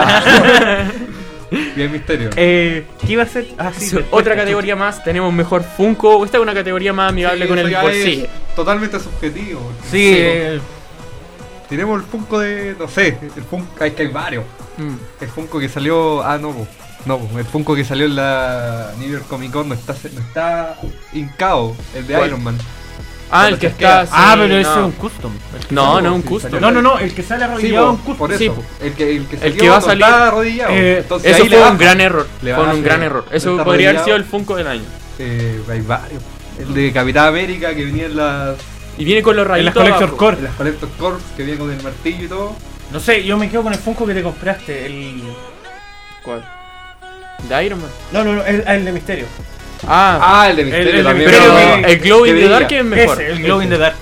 Speaker 1: Ah,
Speaker 2: (laughs)
Speaker 1: Bien Misterio.
Speaker 2: Eh, ¿Qué iba a ser? Ah, sí,
Speaker 3: Sí,
Speaker 2: perfecto.
Speaker 3: Otra categoría más, tenemos mejor Funko. Esta es una categoría más amigable
Speaker 1: Sí,
Speaker 3: con
Speaker 1: eso
Speaker 3: el
Speaker 1: ya
Speaker 3: bolsillo.
Speaker 1: es Totalmente subjetivo.
Speaker 2: Sí, eh,
Speaker 1: Tiremos el Funko de, no sé, el Funko, es que hay varios.
Speaker 3: Mm.
Speaker 1: El Funko que salió. Ah, no, po. no, po. el Funko que salió en la New York Comic Con no está, no está hincado, el de
Speaker 3: ¿Cuál?
Speaker 1: Iron Man. Cuando
Speaker 3: Ah, el que
Speaker 1: chasquea.
Speaker 3: está. sí,
Speaker 2: ah, pero
Speaker 3: no.
Speaker 2: ese es un custom.
Speaker 3: No, no es un
Speaker 1: Sí,
Speaker 3: custom.
Speaker 1: salió.
Speaker 2: No, no, no, el que sale
Speaker 3: Ah,
Speaker 1: Sí,
Speaker 2: arrodillado
Speaker 1: po,
Speaker 2: es un custom.
Speaker 1: por eso.
Speaker 3: Sí,
Speaker 1: po.
Speaker 3: po.
Speaker 1: el que, el que,
Speaker 3: El
Speaker 1: salió
Speaker 3: que va a
Speaker 1: no
Speaker 3: salir-
Speaker 1: está arrodillado.
Speaker 2: Eh,
Speaker 1: Entonces,
Speaker 3: Eso
Speaker 1: ahí le
Speaker 3: fue un
Speaker 1: baja.
Speaker 3: gran error.
Speaker 1: Le
Speaker 3: Fue
Speaker 1: baja,
Speaker 3: un
Speaker 1: sí.
Speaker 3: gran error. Eso
Speaker 1: Está
Speaker 3: podría haber
Speaker 1: arrodillado.
Speaker 3: sido el Funko del año.
Speaker 1: Eh, hay varios. El de Capitán América que venía en las,
Speaker 3: Y viene con los
Speaker 2: En las
Speaker 3: rayitos.
Speaker 2: Collector
Speaker 3: abajo.
Speaker 2: Core.
Speaker 1: en las Collector Corps que venía con el martillo y todo.
Speaker 2: No sé, yo me quedo con el Funko que te compraste. El...
Speaker 3: ¿Cuál? De Iron Man.
Speaker 2: No, no, no, el, el de Misterio.
Speaker 3: Ah,
Speaker 1: Ah, el de
Speaker 2: el
Speaker 1: Misterio
Speaker 2: de
Speaker 1: también.
Speaker 3: pero
Speaker 2: Misterio
Speaker 1: ¿no?
Speaker 2: que-
Speaker 3: el Glow
Speaker 1: que
Speaker 3: in the
Speaker 1: brilla.
Speaker 3: Dark eh. es mejor.
Speaker 2: Ese, el Glow in the Dark.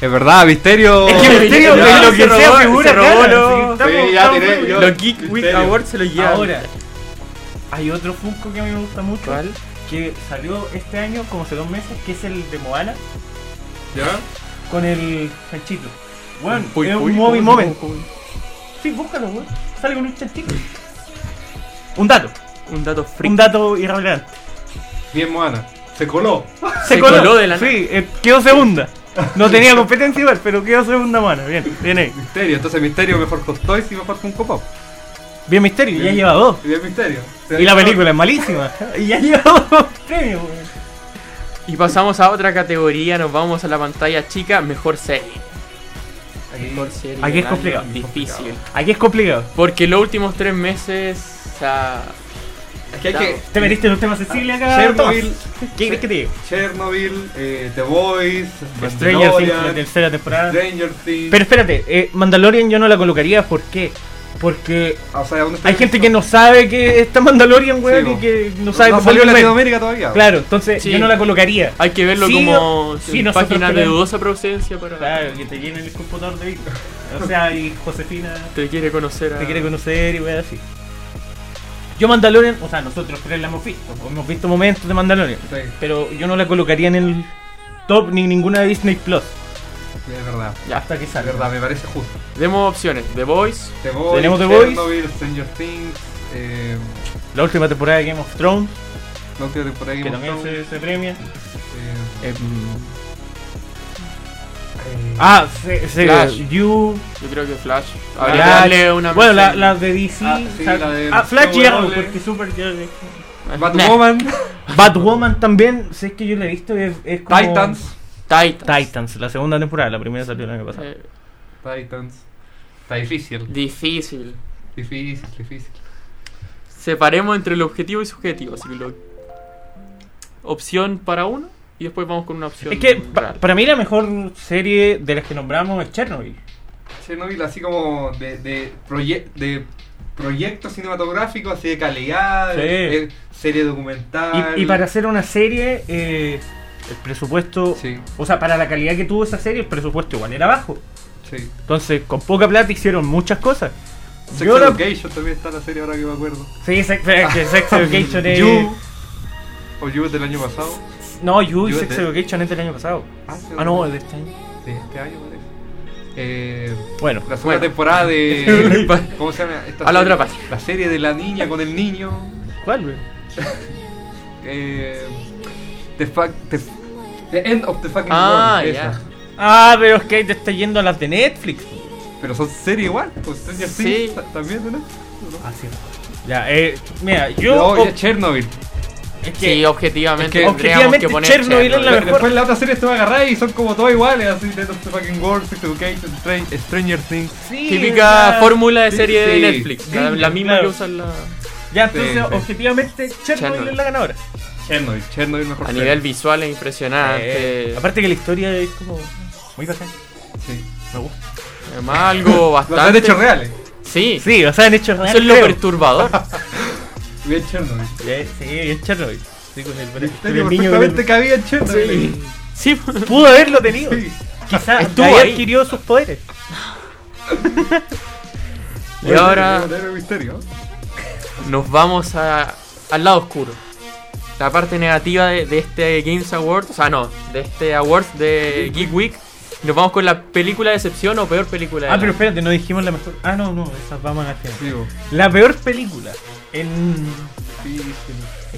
Speaker 1: Es verdad, Misterio.
Speaker 2: (laughs) Es que Misterio,
Speaker 1: Ya,
Speaker 2: de lo
Speaker 3: se
Speaker 2: que sea,
Speaker 3: robó-
Speaker 2: figura
Speaker 3: se robó
Speaker 2: cara,
Speaker 3: lo-
Speaker 2: sí, estamos-
Speaker 1: Sí, ya
Speaker 2: estamos
Speaker 1: tiré,
Speaker 2: muy
Speaker 1: yo-
Speaker 2: bien.
Speaker 3: Los Geek Week
Speaker 1: Misterio.
Speaker 3: Awards se los llevan.
Speaker 2: Ahora, hay otro Funko que a mí me gusta mucho.
Speaker 3: ¿Cuál?
Speaker 2: Que salió este año, como hace dos meses, que es el de Moana.
Speaker 1: ¿Ya?
Speaker 2: con el chanchito. Bueno,
Speaker 3: Puy,
Speaker 2: es
Speaker 3: puy,
Speaker 2: un movie
Speaker 3: puy,
Speaker 2: moment. Sí, búscalo, weón. Sale con un chanchito. Un dato,
Speaker 3: Un dato
Speaker 2: un
Speaker 3: freak.
Speaker 2: dato irrelevante.
Speaker 1: Bien, Moana. Se coló.
Speaker 3: Se coló de la nada.
Speaker 2: Sí, eh, quedó segunda. No tenía competencia igual, pero quedó segunda mano. Bien, bien ahí.
Speaker 1: Misterio, entonces Misterio mejor Hot Toys y mejor Funko Pop.
Speaker 2: Bien misterio, ya
Speaker 1: Bien.
Speaker 2: lleva dos.
Speaker 1: Y el Misterio.
Speaker 2: Y la película es malísima. (laughs) Y ya lleva dos premios, weón.
Speaker 3: Y pasamos a otra categoría. Nos vamos a la pantalla chica. Mejor serie. Aquí, mejor serie
Speaker 2: Aquí es
Speaker 3: del año,
Speaker 2: complicado.
Speaker 3: Difícil.
Speaker 2: Aquí es complicado.
Speaker 3: Porque los últimos tres meses. o sea,
Speaker 1: Es que hay que.
Speaker 2: Te metiste en un tema sensible acá.
Speaker 1: Chernobyl,
Speaker 2: Tomás? ¿Qué crees que te digo?
Speaker 1: Chernobyl, eh, The Voice,
Speaker 2: Stranger Things, la
Speaker 1: Mandalorian,
Speaker 2: tercera temporada.
Speaker 1: Stranger Things.
Speaker 2: Pero espérate, eh, Mandalorian yo no la colocaría, ¿por qué? Porque
Speaker 1: O sea, aún
Speaker 2: hay
Speaker 1: estoy-
Speaker 2: gente que no sabe que está Mandalorian, weón,
Speaker 1: Sí,
Speaker 2: y
Speaker 1: po.
Speaker 2: que no sabe que
Speaker 1: salió en
Speaker 2: el mes.
Speaker 1: Latinoamérica todavía.
Speaker 2: Claro, entonces
Speaker 3: Sí.
Speaker 2: yo no la colocaría.
Speaker 3: hay que verlo
Speaker 2: Sí,
Speaker 3: como
Speaker 2: sí,
Speaker 3: en
Speaker 2: nosotros
Speaker 3: páginas de
Speaker 2: tenemos-
Speaker 3: dudosa procedencia para.
Speaker 2: Claro, que te llenen el computador de Víctor. O sea, y Josefina
Speaker 3: Te quiere conocer a.
Speaker 2: te quiere conocer y weón así. Yo Mandalorian, o sea, nosotros tres la hemos visto, hemos visto momentos de Mandalorian.
Speaker 1: Sí,
Speaker 2: Pero yo no la colocaría en el top ni ninguna de Disney Plus.
Speaker 1: sí, es verdad.
Speaker 3: Ya,
Speaker 2: Hasta que
Speaker 1: Es
Speaker 2: salga.
Speaker 1: verdad, me parece justo.
Speaker 3: demos opciones. The Voice.
Speaker 1: The Voice,
Speaker 2: Tenemos The Voice.
Speaker 1: Chernobyl, Stranger Things, eh,
Speaker 2: La última temporada de Game of Thrones,
Speaker 1: la última temporada de
Speaker 2: que
Speaker 1: Game of
Speaker 2: también
Speaker 1: Thrones,
Speaker 2: se, se premia.
Speaker 1: eh, eh,
Speaker 2: Ah, se, se-
Speaker 3: Flash.
Speaker 2: You.
Speaker 3: Yo creo que Flash. A
Speaker 2: Flash.
Speaker 3: ver, darle una.
Speaker 2: Bueno, la,
Speaker 3: mención.
Speaker 2: la de DC.
Speaker 1: Ah, sí,
Speaker 2: sa-
Speaker 1: la de
Speaker 2: ah, Flash y Arrow,
Speaker 1: Supergirl.
Speaker 2: porque Supergirl. eh,
Speaker 1: Batwoman,
Speaker 2: Batwoman también, sé que yo la he visto, es, es como.
Speaker 1: Titans,
Speaker 3: Titan.
Speaker 2: Titans, la segunda temporada, la primera salió el año pasado.
Speaker 3: Eh,
Speaker 1: Titans. Está difícil,
Speaker 3: difícil.
Speaker 1: difícil, difícil.
Speaker 3: Separemos entre el objetivo y subjetivo. Así que lo- Opción para uno y después vamos con una opción.
Speaker 2: Es que pa-
Speaker 3: real.
Speaker 2: para mí la mejor serie de las que nombramos es Chernobyl.
Speaker 1: Chernobyl así como de, de, proye- de proyecto cinematográfico, así de calidad,
Speaker 2: Sí.
Speaker 1: eh, serie
Speaker 2: Y,
Speaker 1: documental.
Speaker 2: y para hacer una serie, eh, el presupuesto.
Speaker 1: Sí,
Speaker 2: O sea, para la calidad que tuvo esa serie, el presupuesto igual era bajo.
Speaker 1: sí.
Speaker 2: Entonces, con poca plata hicieron muchas cosas.
Speaker 1: Sex
Speaker 2: Yo la-
Speaker 1: Education también está la serie ahora que me acuerdo.
Speaker 2: Sí, Sex, eh,
Speaker 1: (laughs)
Speaker 2: que Sex Education es.
Speaker 1: You. O You del año pasado.
Speaker 2: No, You y
Speaker 1: You
Speaker 2: Sex
Speaker 1: de-
Speaker 2: Education es del año pasado.
Speaker 1: Ah,
Speaker 2: Ah, no, es de este año.
Speaker 1: de este año parece. Eh,
Speaker 2: Bueno,
Speaker 1: la segunda
Speaker 3: Bueno.
Speaker 1: temporada de.
Speaker 3: Pa-
Speaker 1: ¿Cómo se llama? Esta
Speaker 3: A la
Speaker 1: serie?
Speaker 3: otra parte.
Speaker 1: La serie de la niña con el niño.
Speaker 2: ¿cuál, güey?
Speaker 1: Eh, the, fuck, the, the End of the Fucking
Speaker 3: Ah,
Speaker 1: World.
Speaker 3: ya.
Speaker 1: esa.
Speaker 2: Ah, pero es que te está yendo a las de Netflix.
Speaker 1: Pero son series igual. Pues Stranger
Speaker 3: Sí.
Speaker 1: Things ta- también, ¿no?
Speaker 2: Ah, sí. Ya, eh, mira, yo.
Speaker 1: No,
Speaker 2: o-
Speaker 1: ya Chernobyl.
Speaker 2: es que
Speaker 3: Sí, objetivamente
Speaker 1: es que
Speaker 3: tendríamos
Speaker 2: objetivamente
Speaker 3: que poner
Speaker 2: Chernobyl es la
Speaker 3: Chernobyl.
Speaker 2: mejor.
Speaker 1: Después la otra serie te va a agarrar y son como todas iguales. Así, The End of the Fucking World, Sex Education, Stran- Stranger Things.
Speaker 2: sí,
Speaker 3: Típica
Speaker 2: ya-
Speaker 3: fórmula de serie
Speaker 1: Sí.
Speaker 3: de Netflix.
Speaker 2: Sí,
Speaker 3: la, la misma
Speaker 2: claro.
Speaker 3: que usan la-
Speaker 2: Ya, entonces,
Speaker 1: Sí, sí.
Speaker 2: objetivamente, Chernobyl,
Speaker 3: Chernobyl.
Speaker 2: es la ganadora.
Speaker 1: Chernobyl, Chernobyl mejor
Speaker 3: A
Speaker 1: serie.
Speaker 3: nivel visual es impresionante.
Speaker 2: Eh, aparte que la historia es como. Muy bacana.
Speaker 1: Sí.
Speaker 2: Me gusta.
Speaker 3: Además, algo
Speaker 1: Los han
Speaker 3: bastante.
Speaker 1: hecho reales.
Speaker 3: Sí,
Speaker 2: Sí, o sea, han hecho.
Speaker 3: eso es lo
Speaker 2: (laughs)
Speaker 3: perturbador.
Speaker 1: Bien Chernobyl.
Speaker 2: Eh, Sí, es Chernobyl. Sí, con el,
Speaker 1: Misterio
Speaker 2: el niño
Speaker 1: perfectamente
Speaker 2: que-
Speaker 1: cabía en Chernobyl.
Speaker 3: Sí. Sí,
Speaker 2: Pudo haberlo tenido.
Speaker 1: Sí.
Speaker 2: Quizás
Speaker 3: Estuvo ahí.
Speaker 2: adquirió sus poderes.
Speaker 3: y ahora
Speaker 1: Verdadero misterio.
Speaker 3: nos vamos a, al lado oscuro. La parte negativa de, de este Games Awards, o sea, no, de este Awards de Geek Week. Nos vamos con la película de excepción o peor película de
Speaker 2: Ah, pero espérate, no dijimos la mejor. Ah, no, no, esas vamos a hacer.
Speaker 1: Digo,
Speaker 2: La peor película. En.
Speaker 1: difícil.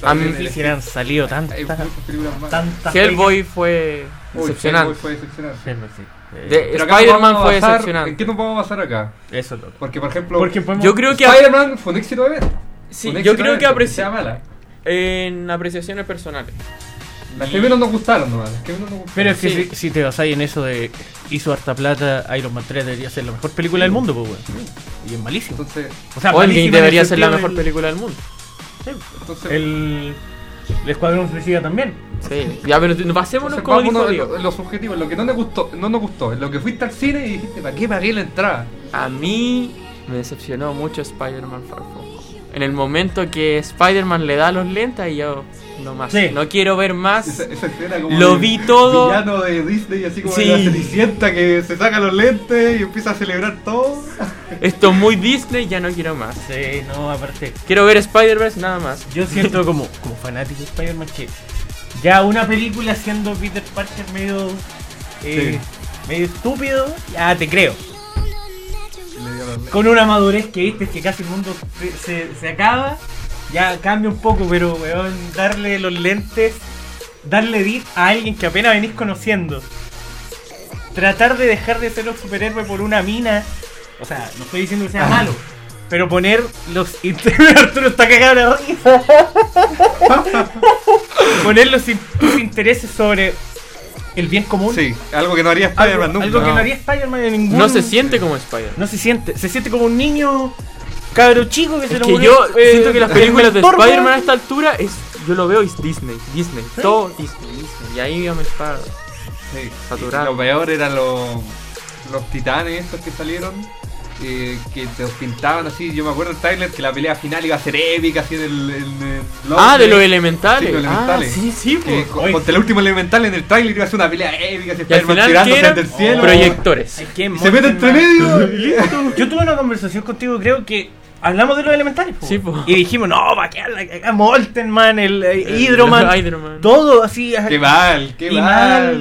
Speaker 3: A mí-
Speaker 1: También
Speaker 2: Si han salido tantas.
Speaker 1: Hay muchas películas más.
Speaker 2: Tantas.
Speaker 3: Hellboy fue
Speaker 1: Uy,
Speaker 3: excepcional.
Speaker 1: Hellboy fue excepcional.
Speaker 2: películas. Sí, sí. Eh,
Speaker 3: De-
Speaker 1: Pero acá nos
Speaker 3: Spider-Man
Speaker 1: vamos a
Speaker 3: fue
Speaker 1: basar-
Speaker 3: excepcional.
Speaker 1: ¿En qué nos vamos a basar acá?
Speaker 2: Eso es loco.
Speaker 1: Porque, por ejemplo,
Speaker 2: Porque podemos.
Speaker 3: Yo creo que a-
Speaker 1: Spider-Man fue un éxito de ver.
Speaker 3: Sí,
Speaker 1: Un
Speaker 3: yo
Speaker 1: éxito
Speaker 3: creo
Speaker 1: de
Speaker 3: que
Speaker 1: venta,
Speaker 3: apreci-
Speaker 1: sea mala.
Speaker 3: en apreciaciones personales.
Speaker 1: Las que menos nos gustaron, nomás. Las que menos nos gustaron.
Speaker 2: Pero es que
Speaker 3: Sí.
Speaker 2: si, si te basáis en eso de hizo harta plata, Iron Man 3 debería ser la mejor película del mundo, pues, weón. Y es malísimo.
Speaker 1: Entonces,
Speaker 2: O sea,
Speaker 3: Endgame
Speaker 2: malísimo en el
Speaker 3: debería ser la
Speaker 2: sentido
Speaker 3: mejor
Speaker 2: del-
Speaker 3: película del mundo.
Speaker 1: entonces
Speaker 2: El, el Escuadrón Suicida también.
Speaker 3: Sí, ya, pero pasémonos
Speaker 1: entonces
Speaker 3: como dijo
Speaker 1: vámonos en
Speaker 3: Diego.
Speaker 1: lo- en lo subjetivo, en lo que no nos gustó, no nos gustó, en lo que fuiste al cine y dijiste, ¿para qué pagué la entrada?
Speaker 3: A mí me decepcionó mucho Spider-Man Far From Home. En el momento que Spider-Man le da los lentes y yo no más.
Speaker 2: Sí.
Speaker 3: No quiero ver
Speaker 1: Esa,
Speaker 3: más.
Speaker 1: esa escena como
Speaker 3: Lo
Speaker 1: del
Speaker 3: vi todo.
Speaker 1: Villano de Disney, así como
Speaker 3: Sí.
Speaker 1: la Cenicienta que se saca los lentes y empieza a celebrar todo.
Speaker 3: Esto es muy Disney, ya no quiero más.
Speaker 2: Sí, no, aparte.
Speaker 3: Quiero ver Spider-Verse nada más.
Speaker 2: Yo siento como, como fanático de Spider-Man que ya una película siendo Peter Parker medio. eh, medio estúpido, ya te creo.
Speaker 1: Y le dio los lentes.
Speaker 2: Con una madurez que viste que casi el mundo se, se- se acaba, ya cambia un poco, pero weón, darle los lentes, darle edit a alguien que apenas venís conociendo. Tratar de dejar de ser un superhéroe por una mina, o sea, no estoy diciendo que sea malo. Pero poner los interiores. (laughs) Arturo está cagado de la
Speaker 1: (laughs)
Speaker 2: risa. poner los in- tus intereses sobre el bien común.
Speaker 1: Sí, algo que no haría
Speaker 2: Algo,
Speaker 1: Spider-Man nunca.
Speaker 2: algo que no haría Spider-Man en ningún
Speaker 3: No se siente como Spider.
Speaker 2: No se siente. Se siente como un niño cabro chico que se
Speaker 3: Es
Speaker 2: le
Speaker 3: que
Speaker 2: murió,
Speaker 3: yo
Speaker 2: eh,
Speaker 3: siento que las
Speaker 2: el
Speaker 3: películas de
Speaker 2: mentor, weón.
Speaker 3: Spider-Man a esta altura es. Yo lo veo es Disney, Disney, todo Disney, Disney. Y ahí ya me está.
Speaker 1: Sí,
Speaker 3: Saturado.
Speaker 1: y Lo peor eran los, los titanes estos que salieron. eh, que te los pintaban así, yo me acuerdo en el trailer que la pelea final iba a ser épica, así en el... en el-
Speaker 3: Ah, de los
Speaker 1: Lovecraft,
Speaker 3: elementales.
Speaker 1: Sí, los elementales.
Speaker 3: Ah, sí, sí, po.
Speaker 1: que con-
Speaker 2: Oye.
Speaker 1: contra el último elemental en el trailer iba a ser una pelea épica, así
Speaker 3: Y al
Speaker 1: Spider-Man
Speaker 3: final, ¿qué
Speaker 1: tirándose
Speaker 3: era?
Speaker 1: desde el cielo.
Speaker 3: Proyectores.
Speaker 2: Ay, qué
Speaker 1: y se mete entre
Speaker 2: monstruo,
Speaker 1: medio. y-
Speaker 2: Yo tuve una conversación contigo, creo que hablamos de los elementales. po.
Speaker 3: Sí, po.
Speaker 2: Y dijimos, no, va a quedar la cagada, Molten Man, el, eh, Hydroman,
Speaker 3: (laughs) Hydroman.
Speaker 2: todo así.
Speaker 1: qué mal, qué
Speaker 2: y
Speaker 1: mal.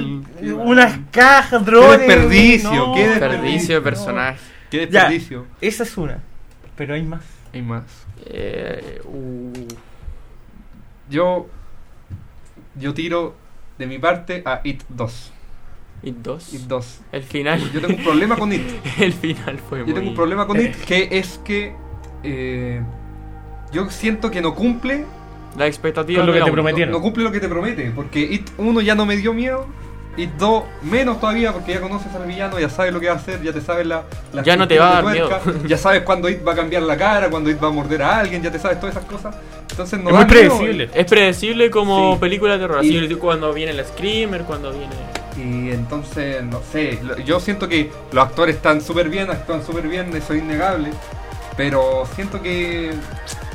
Speaker 2: mal, eh,
Speaker 1: qué mal.
Speaker 2: unas cajas, drones.
Speaker 1: desperdicio, qué desperdicio.
Speaker 3: Desperdicio de personaje.
Speaker 1: Qué
Speaker 2: Ya.
Speaker 1: desperdicio.
Speaker 2: Esa es una, pero hay más.
Speaker 1: Y más.
Speaker 3: Eh, uh,
Speaker 1: Yo, yo tiro de mi parte a It 2.
Speaker 3: y dos.
Speaker 1: It 2.
Speaker 3: El final.
Speaker 1: Yo tengo un problema con It.
Speaker 3: (laughs) El final fue muy.
Speaker 1: Yo tengo un problema con It, que es que eh, yo siento que no cumple,
Speaker 3: La expectativa.
Speaker 2: Con lo
Speaker 3: de
Speaker 2: que
Speaker 3: la
Speaker 2: te
Speaker 3: uno.
Speaker 2: prometí.
Speaker 1: no,
Speaker 2: Metieron.
Speaker 1: no cumple lo que te promete, porque It 1 ya no me dio miedo, It 2 menos todavía, porque ya conoces al villano, ya sabes lo que va a hacer, ya te sabes la... la
Speaker 3: Ya no te va a dar
Speaker 1: de tuerca,
Speaker 3: miedo. (laughs)
Speaker 1: Ya sabes cuando It va a cambiar la cara, cuando It va a morder a alguien, ya te sabes todas esas cosas. Entonces no
Speaker 2: Es
Speaker 1: da miedo.
Speaker 2: muy predecible.
Speaker 3: Es predecible como
Speaker 1: Sí.
Speaker 3: película de terror. Así
Speaker 1: Y-
Speaker 3: cuando viene el screamer, cuando viene.
Speaker 1: Y entonces, no sé, lo- yo siento que los actores están súper bien, actúan súper bien, eso es innegable. Pero siento que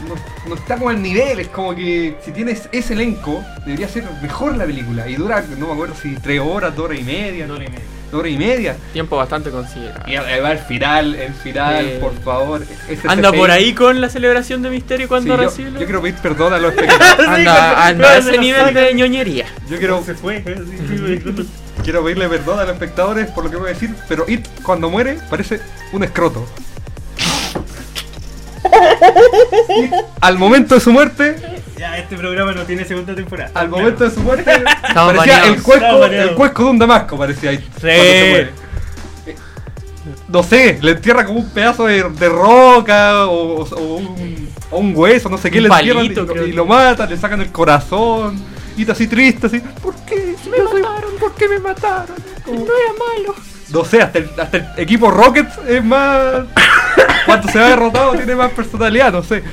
Speaker 1: no, no está como al nivel, es como que si tienes ese elenco, debería ser mejor la película. Y dura, no me acuerdo si tres horas, dos horas y media, dos horas y media.
Speaker 3: Tiempo bastante considerable.
Speaker 1: Y va el final, el final,
Speaker 3: Eh,
Speaker 1: por favor. ese
Speaker 3: Anda
Speaker 1: CGI.
Speaker 3: por ahí con la celebración de
Speaker 1: Sí,
Speaker 3: misterio cuando
Speaker 1: yo,
Speaker 3: recibe.
Speaker 1: yo
Speaker 3: (laughs)
Speaker 1: quiero pedir perdón a los espectadores.
Speaker 3: Anda,
Speaker 1: (laughs)
Speaker 3: anda a ese nivel de ñoñería.
Speaker 1: Yo quiero
Speaker 2: Se fue. sí,
Speaker 1: Quiero pedirle perdón a los espectadores por lo que voy a decir, pero It cuando muere parece un escroto. It, al momento de su muerte,
Speaker 2: Ya, este programa no tiene segunda temporada.
Speaker 1: al momento de su muerte, parecía
Speaker 3: baneados.
Speaker 1: el cuesco,
Speaker 2: Estaba baneado.
Speaker 1: el cuesco de un damasco, parecía It. cuando se muere. Eh, No sé, le entierra como un pedazo de, de roca o, o un, o un hueso, no sé qué,
Speaker 3: Un
Speaker 1: le entierran y
Speaker 3: palito,
Speaker 1: lo-
Speaker 3: creo
Speaker 1: y,
Speaker 3: que.
Speaker 1: lo matan, le sacan el corazón. It así triste, así, ¿por qué? Me mataron, ¿por qué me mataron? Como-
Speaker 3: malo.
Speaker 1: no sé, hasta el, hasta el equipo Rockets es más. (laughs) Cuanto se va derrotado, tiene más personalidad, no sé.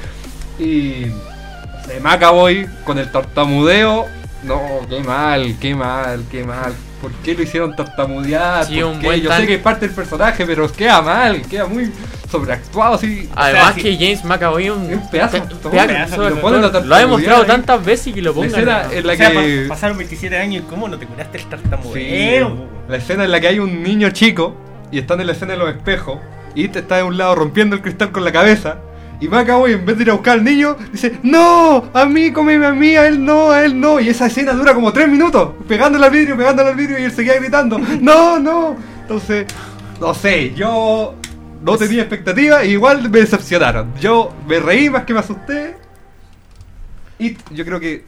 Speaker 1: Y. no sé, Macaboy con el tartamudeo. No, qué mal, qué mal, qué mal. ¿Por qué lo hicieron tartamudear?
Speaker 3: Sí,
Speaker 1: ¿Por
Speaker 3: un
Speaker 1: qué?
Speaker 3: buen
Speaker 1: Yo
Speaker 3: tan-
Speaker 1: sé que es parte del personaje, pero queda mal, queda muy sobreactuado así.
Speaker 3: Además
Speaker 2: O sea,
Speaker 3: que James McAvoy es un,
Speaker 1: Es un pedazo,
Speaker 3: pe-
Speaker 1: todo
Speaker 3: pedazo,
Speaker 1: un
Speaker 2: pedazo,
Speaker 3: de
Speaker 2: lo
Speaker 3: actor.
Speaker 1: ponen a
Speaker 3: Lo ha demostrado
Speaker 1: tartamudear ahí.
Speaker 3: tantas veces que lo
Speaker 1: La
Speaker 3: pongan.
Speaker 1: escena en la
Speaker 2: O sea,
Speaker 1: que.
Speaker 2: pa- pasaron 27 años y cómo no te curaste el Eh,
Speaker 1: Sí,
Speaker 2: tartamudeo. po?
Speaker 1: la escena en la que hay un niño chico y están en la escena de los espejos y te está de un lado rompiendo el cristal con la cabeza y Macaboy en vez de ir a buscar al niño dice ¡No! ¡A mí, comeme a mí! ¡A él no! ¡A él no! Y esa escena dura como tres minutos pegándole al vidrio, pegándole al vidrio y él seguía gritando ¡No! ¡No! Entonces, no sé, yo no tenía expectativa y igual me decepcionaron. Yo me reí más que me asusté y yo creo que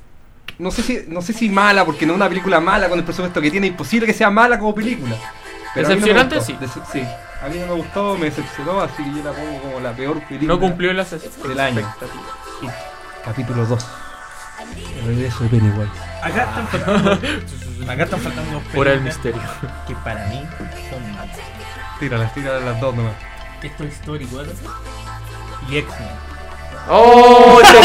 Speaker 1: no sé si no sé si mala porque no es una película mala con el presupuesto que tiene imposible que sea mala como película a mí no me
Speaker 3: Decepcionante,
Speaker 1: gustó.
Speaker 3: sí.
Speaker 1: Decep- sí a mí no me gustó me decepcionó así que yo la pongo como la peor película
Speaker 3: No cumplió las
Speaker 1: Del año.
Speaker 3: expectativas.
Speaker 1: capítulo 2 el regreso de Pennywise
Speaker 2: Acá están
Speaker 1: (laughs)
Speaker 2: faltando. acá están faltando dos
Speaker 3: Por el
Speaker 2: películas
Speaker 3: misterio.
Speaker 2: Que para mí son malas.
Speaker 1: tíralas tíralas las dos nomás
Speaker 2: Esto es Story 4 y X-Men.
Speaker 3: ¡Oh!
Speaker 1: (laughs)
Speaker 3: ¡Se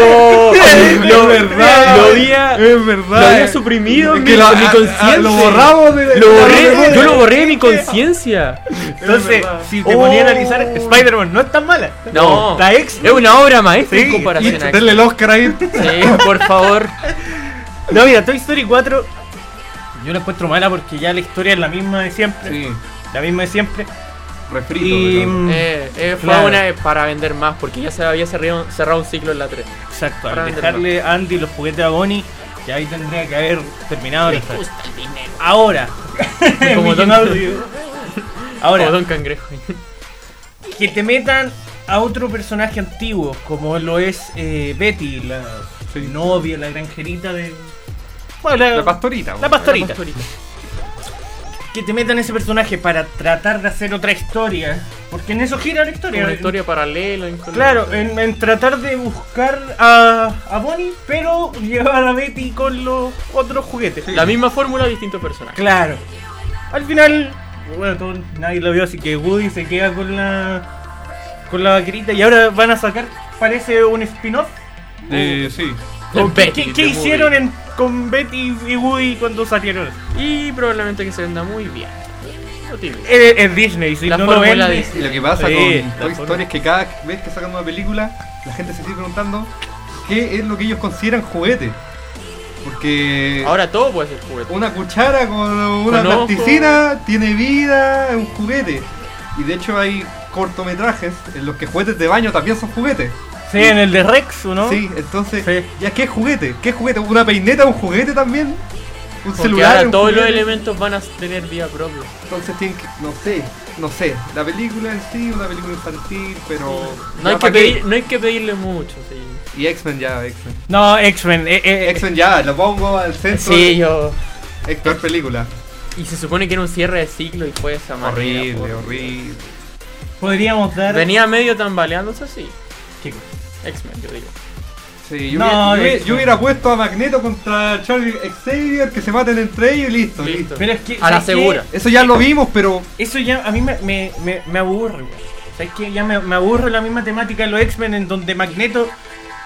Speaker 3: me olvidó!
Speaker 1: es verdad
Speaker 3: Lo había,
Speaker 1: es
Speaker 3: lo
Speaker 1: verdad
Speaker 3: había suprimido
Speaker 1: Es
Speaker 3: mi,
Speaker 1: que lo-
Speaker 3: mi
Speaker 1: a- a-
Speaker 3: conciencia.
Speaker 1: lo borramos de,
Speaker 3: Lo
Speaker 1: de la
Speaker 3: borré,
Speaker 1: memoria.
Speaker 3: yo lo
Speaker 1: (laughs)
Speaker 3: borré de mi conciencia.
Speaker 2: Entonces,
Speaker 1: verdad.
Speaker 2: si te ponía
Speaker 1: Oh.
Speaker 2: a analizar, Spider-Man no es tan mala.
Speaker 3: No.
Speaker 2: La ex.
Speaker 3: Es una obra maestra en
Speaker 1: Sí,
Speaker 3: comparación a
Speaker 1: y denle el Oscar ahí
Speaker 3: Sí, por favor.
Speaker 2: No, mira, Toy Story 4. Yo la encuentro mala porque ya la historia es la misma de siempre.
Speaker 1: sí
Speaker 2: La misma de siempre.
Speaker 1: refrito
Speaker 2: Y- mm,
Speaker 1: pero-
Speaker 3: Eh, eh, fue
Speaker 2: Claro.
Speaker 3: una para vender más, porque ya se había cerrado, cerrado un ciclo en la 3.
Speaker 2: Exacto.
Speaker 3: Para
Speaker 2: Al
Speaker 3: vender
Speaker 2: dejarle a Andy los juguetes a Bonnie, ya ahí tendría que haber terminado la historia. Ahora. (laughs)
Speaker 3: Como
Speaker 2: Mickey
Speaker 3: Don-
Speaker 2: Mouse.
Speaker 3: Ahora,
Speaker 2: Ahora,
Speaker 3: Don Cangrejo. (laughs)
Speaker 2: que te metan a otro personaje antiguo, como lo es eh, Betty, la
Speaker 1: Sí.
Speaker 2: novia, la granjerita de. Bueno, la,
Speaker 1: la pastorita
Speaker 2: la pastorita.
Speaker 3: Pastorita.
Speaker 2: que te metan ese personaje para tratar de hacer otra historia. Porque en eso gira la historia.
Speaker 3: Una historia paralela. incluso.
Speaker 2: Claro, en, en tratar de buscar a, a Bonnie, pero llevar a Betty con los otros juguetes.
Speaker 3: La misma fórmula, distintos personajes.
Speaker 2: Claro. Al final, bueno, todo- nadie lo vio, así que Woody se queda con la con la vaquerita y ahora van a sacar, parece un spin-off.
Speaker 1: Eh, sí.
Speaker 3: De
Speaker 2: ¿O ¿Qué,
Speaker 3: Betty,
Speaker 2: qué-
Speaker 3: de
Speaker 2: qué
Speaker 3: Woody.
Speaker 2: hicieron en- con Betty y Woody cuando salieron?
Speaker 3: Y probablemente que se venda muy bien. No tiene.
Speaker 2: Es, eh, es Disney, si
Speaker 3: La
Speaker 2: no lo
Speaker 3: fórmula
Speaker 2: vende-
Speaker 1: Y lo que pasa
Speaker 2: Sí,
Speaker 1: con
Speaker 2: la
Speaker 1: Toy
Speaker 2: forma-
Speaker 1: Story es que cada vez que sacan una película, la gente se sigue preguntando qué es lo que ellos consideran juguete. Porque
Speaker 3: Ahora todo puede ser juguete.
Speaker 1: una cuchara con una
Speaker 3: Con ojo.
Speaker 1: plasticina tiene vida, es un juguete. Y de hecho hay cortometrajes en los que juguetes de baño también son juguetes.
Speaker 2: Sí, en el de Rex, ¿o ¿no?
Speaker 1: Sí, entonces,
Speaker 2: Sí.
Speaker 1: ¿ya qué es juguete? ¿Qué es juguete? ¿Una peineta es un juguete también? ¿Un
Speaker 3: Porque
Speaker 1: celular? es
Speaker 3: ahora
Speaker 1: un
Speaker 3: todos los
Speaker 1: juguete?
Speaker 3: elementos van a tener vida propia.
Speaker 1: Entonces tienen que, no sé, no sé. La película en sí, una película infantil, pero...
Speaker 3: No hay,
Speaker 1: ya,
Speaker 3: que
Speaker 1: ¿pa' qué?
Speaker 3: pedir- no hay que pedirle mucho. Sí,
Speaker 1: Y X-Men ya, X-Men.
Speaker 2: No, X-Men. eh, eh,
Speaker 1: X-Men ya, lo pongo al centro.
Speaker 3: Sí, yo.
Speaker 1: Es peor película.
Speaker 3: Y se supone que era un cierre de ciclo y fue de esa manera.
Speaker 1: Horrible,
Speaker 3: por-
Speaker 1: horrible.
Speaker 2: Podríamos dar.
Speaker 3: Venía medio tambaleándose así.
Speaker 2: ¿Qué?
Speaker 3: X-Men, yo digo.
Speaker 1: Sí, yo, hubiera,
Speaker 2: No,
Speaker 1: yo hubiera-
Speaker 2: X-Men.
Speaker 1: yo hubiera puesto a Magneto contra Charlie Xavier, que se maten entre ellos y listo, listo.
Speaker 3: Listo.
Speaker 2: Pero es que.
Speaker 3: A la
Speaker 2: ¿sabes qué?
Speaker 3: segura.
Speaker 1: Eso ya lo vimos, pero
Speaker 2: Eso ya a mí me, me, me, me aburre, güey. ¿Sabes qué? Ya me, me aburre la misma temática de los X-Men en donde Magneto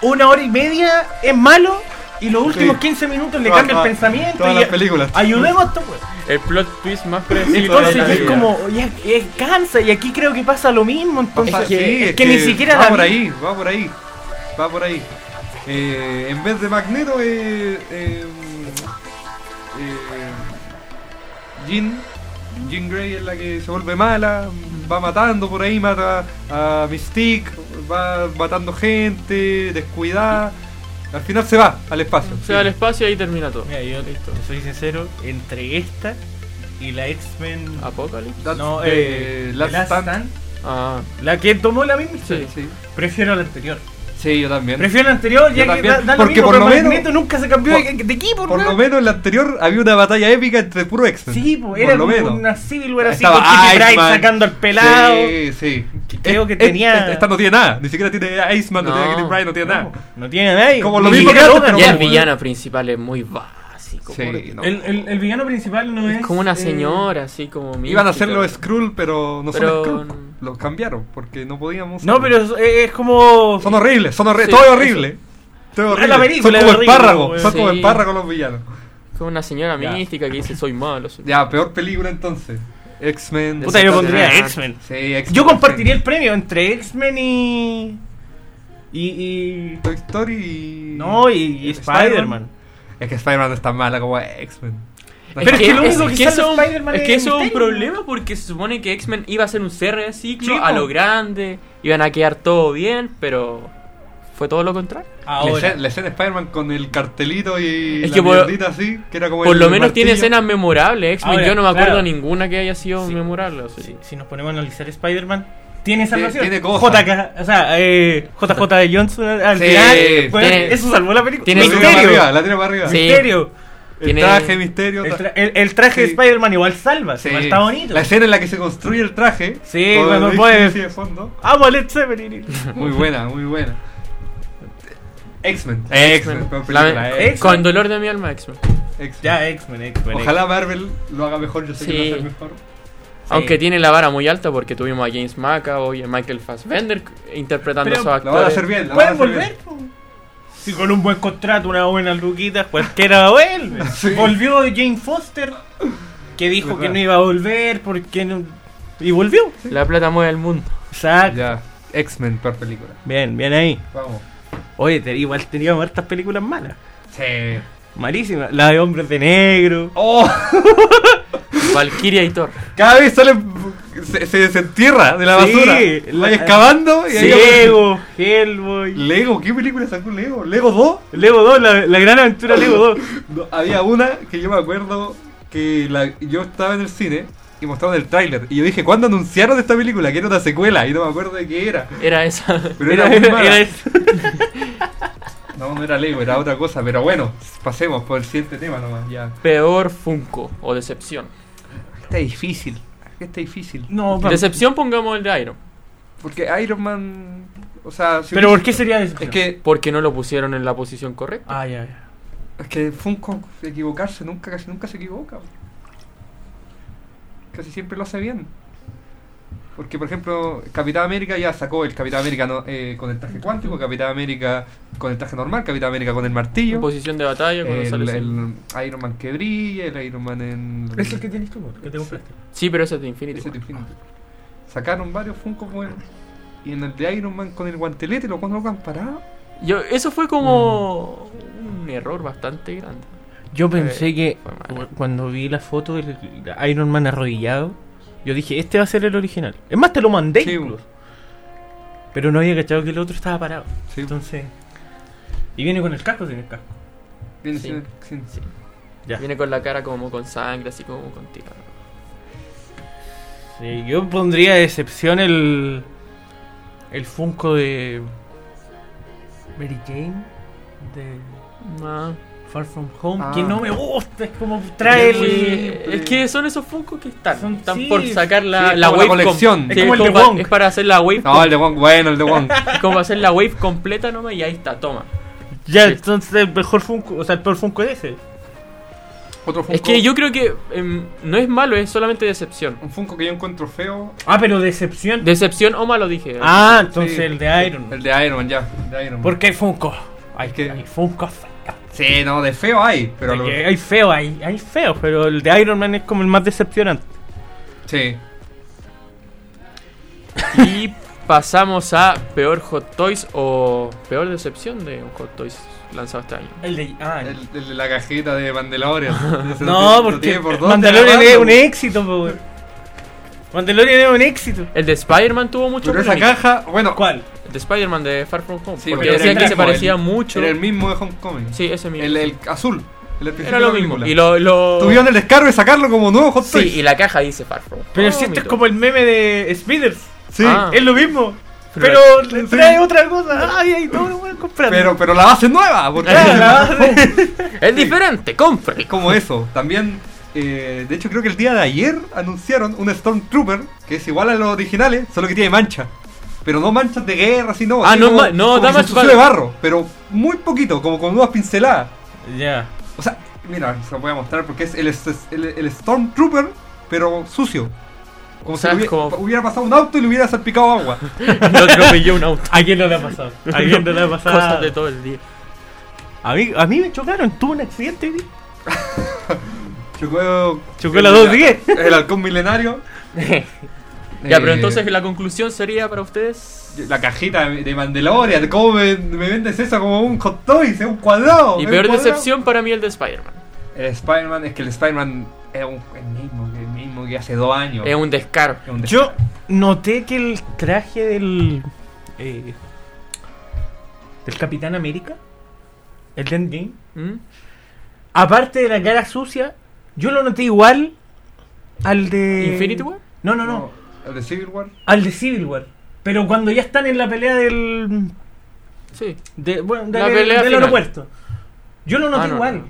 Speaker 2: una hora y media es malo y los últimos
Speaker 1: Sí.
Speaker 2: 15 minutos le
Speaker 1: Toda-
Speaker 2: cambia el
Speaker 1: toda-
Speaker 2: pensamiento.
Speaker 1: todas
Speaker 2: y
Speaker 1: las películas.
Speaker 2: Ayudemos a esto, güey.
Speaker 3: El plot twist más predecible.
Speaker 2: Entonces
Speaker 3: de la
Speaker 2: ya es
Speaker 3: vida.
Speaker 2: como, ya, ya cansa y aquí creo que pasa lo mismo. Entonces,
Speaker 1: Pasa-
Speaker 2: es que,
Speaker 1: sí,
Speaker 2: es que ni siquiera
Speaker 1: va
Speaker 2: la
Speaker 1: por
Speaker 2: vi-
Speaker 1: ahí, va por ahí, va por ahí. Eh, en vez de Magneto, eh, eh, eh, Jean, Jean Grey es la que se vuelve mala, va matando por ahí, mata a Mystique, va matando gente, descuidada. Al final se va al espacio.
Speaker 3: Se va al espacio y ahí termina todo.
Speaker 2: Mira, yo listo, soy sincero, entre esta y la X-Men.
Speaker 3: Apocalipsis.
Speaker 1: Ah, That's
Speaker 2: No,
Speaker 1: the
Speaker 2: eh,
Speaker 1: Last
Speaker 2: Last
Speaker 1: Stand.
Speaker 2: Stand,
Speaker 3: Ah,
Speaker 2: La que tomó la misma historia.
Speaker 1: Sí,
Speaker 2: Prefiero la anterior.
Speaker 1: sí, yo también.
Speaker 2: Prefiero el anterior, ya
Speaker 1: Yo
Speaker 2: que
Speaker 1: también,
Speaker 2: da, da
Speaker 1: porque
Speaker 2: lo mismo,
Speaker 1: por lo
Speaker 2: pero
Speaker 1: menos-
Speaker 2: Magneto nunca se cambió
Speaker 1: por-
Speaker 2: de, de equipo,
Speaker 1: por
Speaker 2: ¿no?
Speaker 1: lo menos en la anterior había una batalla épica entre puro X-Men.
Speaker 2: Sí, pues,
Speaker 1: Por
Speaker 2: era
Speaker 1: lo
Speaker 2: como
Speaker 1: menos.
Speaker 2: una Civil War así,
Speaker 1: Estaba
Speaker 2: con Kitty Pryde
Speaker 1: Iceman.
Speaker 2: sacando al pelado.
Speaker 1: Sí, sí.
Speaker 2: creo que
Speaker 1: Eh,
Speaker 2: tenía-
Speaker 1: eh, Esta no tiene nada. Ni siquiera tiene Iceman, no,
Speaker 3: No.
Speaker 1: tiene Kitty Pryde, no tiene
Speaker 2: No,
Speaker 1: nada.
Speaker 2: no tiene nadie.
Speaker 1: Como lo
Speaker 2: Ni
Speaker 1: mismo que
Speaker 2: siquiera
Speaker 1: antes,
Speaker 2: Logan.
Speaker 1: pero
Speaker 3: Y el
Speaker 1: bueno.
Speaker 3: villano principal es muy básico.
Speaker 1: Sí,
Speaker 3: pobre.
Speaker 1: no.
Speaker 2: el, el- el villano principal no es...
Speaker 3: Es como una
Speaker 2: eh,
Speaker 3: señora, así como.
Speaker 1: Iban a hacer
Speaker 3: mística.
Speaker 1: los Skrull, pero no
Speaker 3: Pero-
Speaker 1: son Skrull. Los cambiaron porque no podíamos.
Speaker 2: No, pero es, eh, es como...
Speaker 1: Son horribles, son horribles.
Speaker 3: Sí,
Speaker 1: todo es
Speaker 3: eso.
Speaker 1: horrible. Todo es
Speaker 2: Ah,
Speaker 1: horrible.
Speaker 2: la película
Speaker 1: son
Speaker 2: es
Speaker 1: como
Speaker 2: horrible,
Speaker 1: espárragos.
Speaker 2: weón.
Speaker 1: Son como
Speaker 3: Sí.
Speaker 1: espárragos los villanos.
Speaker 3: Como una señora
Speaker 2: Ya.
Speaker 3: mística que dice: Soy malo. soy-
Speaker 1: Ya, peor película entonces. X-Men.
Speaker 2: Puta, yo pondría
Speaker 3: Ah,
Speaker 2: X-Men.
Speaker 1: Sí, X-Men.
Speaker 2: Yo compartiría el premio entre X-Men y... Y... y-
Speaker 1: Toy Story y.
Speaker 2: No, y, y Spider-Man.
Speaker 1: Es que Spider-Man está mala como X-Men.
Speaker 2: Pero es que lo único que sale
Speaker 3: eso es un-
Speaker 2: Spider-Man
Speaker 3: es
Speaker 2: es
Speaker 3: que eso es un
Speaker 2: Misterio.
Speaker 3: problema porque se supone que X-Men iba a ser un cierre de ciclo
Speaker 2: Sí,
Speaker 3: a
Speaker 2: po.
Speaker 3: lo grande, iban a quedar todo bien, pero fue todo lo contrario.
Speaker 1: La
Speaker 2: Ahora...
Speaker 1: escena, la escena de Spider-Man con el cartelito y
Speaker 3: Es
Speaker 1: la
Speaker 3: que por-
Speaker 1: mierdita así, que era como
Speaker 3: Por
Speaker 1: el
Speaker 3: lo menos tiene
Speaker 1: martillo.
Speaker 3: escenas memorables, X-Men.
Speaker 2: Ahora,
Speaker 3: Yo no me acuerdo
Speaker 2: claro.
Speaker 3: ninguna que haya sido
Speaker 2: Sí.
Speaker 3: memorable. o sea.
Speaker 2: si, si nos ponemos a analizar Spider-Man, tiene salvación.
Speaker 1: tiene cosas.
Speaker 2: JK, o sea, eh, JJ de Johnson al- al
Speaker 1: Sí,
Speaker 2: final.
Speaker 1: tiene-
Speaker 2: bueno, eso salvó la película.
Speaker 3: tiene
Speaker 1: La tira para
Speaker 2: misterio.
Speaker 1: arriba, la tira para arriba.
Speaker 3: Sí.
Speaker 2: misterio.
Speaker 1: El
Speaker 3: Tiene-
Speaker 1: traje, misterio.
Speaker 2: El,
Speaker 1: tra-
Speaker 2: tra- el- el traje de
Speaker 1: Sí.
Speaker 2: Spider-Man igual salva,
Speaker 1: Sí.
Speaker 2: igual está bonito.
Speaker 1: La escena en la que se construye el traje.
Speaker 2: Sí,
Speaker 1: con
Speaker 2: cuando
Speaker 1: el
Speaker 2: puede.
Speaker 1: Dixie de fondo.
Speaker 2: Amo a Led Zeppelin.
Speaker 1: Muy buena, muy buena. X-Men.
Speaker 3: X-Men.
Speaker 1: X-Men. peor película,
Speaker 3: La-
Speaker 1: eh.
Speaker 2: X-Men.
Speaker 3: Con dolor de mi alma, X-Men.
Speaker 1: X-Men.
Speaker 2: ya, X-Men, X-Men.
Speaker 1: Ojalá Marvel lo haga mejor, yo sé que
Speaker 3: Sí.
Speaker 1: lo hace mejor.
Speaker 3: Aunque tiene la vara muy alta porque tuvimos a James McAvoy y a Michael Fassbender interpretando
Speaker 2: Pero
Speaker 3: a esos
Speaker 1: Lo van a
Speaker 3: actores.
Speaker 1: hacer bien. lo van a
Speaker 2: ¿Pueden
Speaker 1: hacer
Speaker 2: volver? po. Si con un buen contrato, una buena luquita, cualquiera (laughs) vuelve.
Speaker 1: Sí.
Speaker 2: Volvió Jane Foster, que dijo
Speaker 1: Verdad.
Speaker 2: que no iba a volver porque no... Y volvió.
Speaker 3: La plata mueve el mundo.
Speaker 2: Exacto.
Speaker 1: Ya, X-Men, peor película.
Speaker 2: Bien, bien ahí.
Speaker 1: Vamos.
Speaker 2: Oye, te- igual teníamos hartas películas malas.
Speaker 1: Sí.
Speaker 2: Malísimas. La de Hombres de Negro.
Speaker 1: ¡Oh!
Speaker 3: Valkyria y Thor.
Speaker 1: Cada vez sale. Se, se desentierra de la
Speaker 2: Sí,
Speaker 1: basura.
Speaker 2: la-
Speaker 1: Va excavando y ahí aparece-
Speaker 2: Lego, Hellboy.
Speaker 1: Lego, ¿qué película sacó Lego? ¿Lego 2?
Speaker 2: Lego 2, la, la gran aventura Lego (laughs) 2.
Speaker 1: No, había una que yo me acuerdo que la, yo estaba en el cine y mostraban el tráiler. Y yo dije, ¿cuándo anunciaron esta película? Que era una secuela y no me acuerdo de qué era.
Speaker 3: Era esa. (laughs)
Speaker 1: Pero era, muy mala.
Speaker 2: eso.
Speaker 1: No, no era Lego, era otra cosa. Pero bueno, pasemos por el siguiente tema nomás. Ya.
Speaker 3: Peor Funko o decepción.
Speaker 1: está difícil. Aquí está difícil.
Speaker 4: No, vamos.
Speaker 3: Decepción pongamos el de Iron.
Speaker 1: Porque Iron Man. O sea, si
Speaker 4: Pero ¿por
Speaker 1: hubiese-
Speaker 4: qué sería decepción?
Speaker 1: Es que,
Speaker 3: Porque no lo pusieron en la posición correcta.
Speaker 4: Ah, ya, ya.
Speaker 1: es que Funko, equivocarse, nunca, casi nunca se equivoca. Casi siempre lo hace bien. Porque, por ejemplo, Capitán América ya sacó el Capitán América no- eh, con el traje cuántico, Capitán América con el traje normal, Capitán América con el martillo.
Speaker 3: En posición de batalla cuando
Speaker 1: el,
Speaker 3: sale ese-
Speaker 1: el Iron Man que brilla, el Iron Man en...
Speaker 2: Es el que tienes tú, el que te compraste.
Speaker 3: Sí, pero ese es de Infinity.
Speaker 1: Ese
Speaker 3: War.
Speaker 1: tipo. Sacaron varios Funko buenos. Y en el de Iron Man con el guantelete lo colocan parado.
Speaker 3: Yo, eso fue como
Speaker 2: Mm.
Speaker 3: un error bastante grande.
Speaker 2: Yo pensé que
Speaker 3: fue malo.
Speaker 2: cu- cuando vi la foto del Iron Man arrodillado, yo dije, este va a ser el original. Es más, te lo mandé
Speaker 1: Sí,
Speaker 2: incluso. Pero no había cachado que el otro estaba parado.
Speaker 1: Sí.
Speaker 2: Entonces. Y viene con el casco sin el casco.
Speaker 1: Viene
Speaker 3: Sí.
Speaker 1: sin- sin-
Speaker 2: Ya.
Speaker 3: Viene con la cara como con sangre, así como con tierra.
Speaker 2: Sí, yo pondría de excepción el. El Funko de. Mary Jane. De
Speaker 3: Ah.
Speaker 2: Far From Home.
Speaker 1: Ah.
Speaker 2: Que no me gusta. Es como trae
Speaker 3: Es
Speaker 2: el. eh,
Speaker 3: que- Es que son esos Funko que están.
Speaker 2: Son-
Speaker 3: están
Speaker 2: sí.
Speaker 3: por sacar la,
Speaker 1: Sí, es
Speaker 3: la
Speaker 1: como la
Speaker 3: wave com-
Speaker 1: colección.
Speaker 3: sí,
Speaker 2: Es como el de
Speaker 3: pa-
Speaker 2: Wong.
Speaker 3: es para hacer la wave.
Speaker 1: No, el de Wong, bueno, el de Wong.
Speaker 3: (laughs) com- como para hacer la wave completa nomás y ahí está, toma.
Speaker 2: Ya,
Speaker 3: Sí.
Speaker 2: entonces el mejor Funko. O sea, el peor Funko es ese.
Speaker 1: Otro Funko.
Speaker 3: Es que yo creo que em, no es malo, es solamente decepción.
Speaker 1: Un Funko que yo encuentro feo.
Speaker 2: Ah, pero decepción.
Speaker 3: Decepción o malo dije.
Speaker 2: Ah, entonces
Speaker 1: Sí,
Speaker 2: el de Iron Man.
Speaker 1: El de Iron Man, ya. el de Iron Man.
Speaker 2: Porque hay Funko. Hay,
Speaker 1: que-
Speaker 2: hay Funko feo.
Speaker 1: Sí, no, de feo hay. Pero lo-
Speaker 2: Hay feo, hay, hay feo, pero el de Iron Man es como el más decepcionante.
Speaker 1: Sí.
Speaker 3: Y pasamos a peor Hot Toys o peor decepción de un Hot Toys lanzado este año.
Speaker 2: El de. Ah,
Speaker 1: El, el de la cajita de Mandalorian. Ese
Speaker 2: (laughs) No,
Speaker 1: tiene-
Speaker 2: porque
Speaker 1: tiene por dónde
Speaker 2: Mandalorian
Speaker 1: agarrarlo.
Speaker 2: es un éxito, po, weón. Mandalorian es un éxito.
Speaker 3: El de Spider-Man tuvo mucho
Speaker 1: Pero esa
Speaker 3: polémica.
Speaker 1: caja, bueno,
Speaker 2: ¿Cuál?
Speaker 3: El de Spider-Man de Far From Home.
Speaker 1: Sí,
Speaker 3: porque
Speaker 1: pero era
Speaker 3: decían
Speaker 1: el
Speaker 3: que se
Speaker 1: mismo,
Speaker 3: parecía
Speaker 1: el-
Speaker 3: mucho.
Speaker 1: era el mismo de Homecoming.
Speaker 3: sí, ese mismo.
Speaker 1: El, el azul. El del
Speaker 3: era
Speaker 1: principio
Speaker 3: lo
Speaker 1: de la
Speaker 3: mismo.
Speaker 1: película.
Speaker 3: Y lo, lo-
Speaker 1: Tuvieron el descaro de sacarlo como nuevo Hot Toys.
Speaker 3: Sí, y la caja dice Far From
Speaker 2: Pero
Speaker 3: Home
Speaker 2: si esto
Speaker 3: y
Speaker 2: es
Speaker 3: todo.
Speaker 2: como el meme de Smithers.
Speaker 1: Sí.
Speaker 3: Ah.
Speaker 2: Es lo mismo. Pero
Speaker 3: Pero-
Speaker 2: le trae otra cosa. Ay, ay, todo lo voy a comprar.
Speaker 1: Pero, pero la base es nueva, porque (laughs)
Speaker 2: Claro, la base.
Speaker 3: Es diferente, compre.
Speaker 1: es como eso. También, eh, de hecho, creo que el día de ayer anunciaron un Stormtrooper que es igual a los originales, solo que tiene mancha. Pero no manchas de guerra, sino.
Speaker 3: Ah,
Speaker 1: así
Speaker 3: no
Speaker 1: como-
Speaker 3: ma- no,
Speaker 1: como que
Speaker 3: da
Speaker 1: se
Speaker 3: más
Speaker 1: ensució
Speaker 3: barro.
Speaker 1: de barro, pero muy poquito, como con unas pinceladas.
Speaker 2: Ya.
Speaker 1: O sea, mira, se lo voy a mostrar porque es el, es- es el- el Stormtrooper, pero sucio. Como
Speaker 3: O sea,
Speaker 1: si le
Speaker 3: es
Speaker 1: hubiera,
Speaker 3: como-
Speaker 1: hubiera pasado un auto y le hubiera salpicado
Speaker 3: (laughs)
Speaker 1: agua.
Speaker 3: Lo atropelló un (laughs) auto.
Speaker 2: ¿A quién no le ha pasado? ¿A
Speaker 1: (laughs)
Speaker 2: quién no le ha pasado?
Speaker 3: Cosas de todo el día.
Speaker 2: A mí, a mí me chocaron, tuve un accidente. vi.
Speaker 1: Chocó.
Speaker 2: Chocó la 210.
Speaker 1: El halcón milenario.
Speaker 3: (laughs) Ya, pero
Speaker 1: Eh,
Speaker 3: entonces la conclusión sería para ustedes.
Speaker 1: La cajita de Mandalorian, ¿cómo me, me vendes eso como un hot toys? Es un cuadrado.
Speaker 3: Y
Speaker 1: es
Speaker 3: peor
Speaker 1: un cuadrado.
Speaker 3: decepción para mí el de Spider-Man.
Speaker 1: El Spider-Man, es que el Spider-Man es un, el, mismo, que- el mismo que hace dos años.
Speaker 3: Es un descaro.
Speaker 1: Es un
Speaker 2: Yo
Speaker 1: desastre.
Speaker 2: noté que el traje del. eh, del Capitán América, el de Endgame,
Speaker 3: ¿Mm?
Speaker 2: aparte de la cara sucia, yo lo noté igual al de.
Speaker 3: ¿Infinity War?
Speaker 2: No, no, no,
Speaker 1: No, el de Civil War.
Speaker 2: Al de Civil War. Pero cuando ya están en la pelea del.
Speaker 3: Sí.
Speaker 2: de- bueno,
Speaker 3: La
Speaker 2: del-
Speaker 3: pelea
Speaker 2: del
Speaker 3: final.
Speaker 2: aeropuerto. Yo lo noté
Speaker 3: Ah, no,
Speaker 2: igual.
Speaker 3: no, no.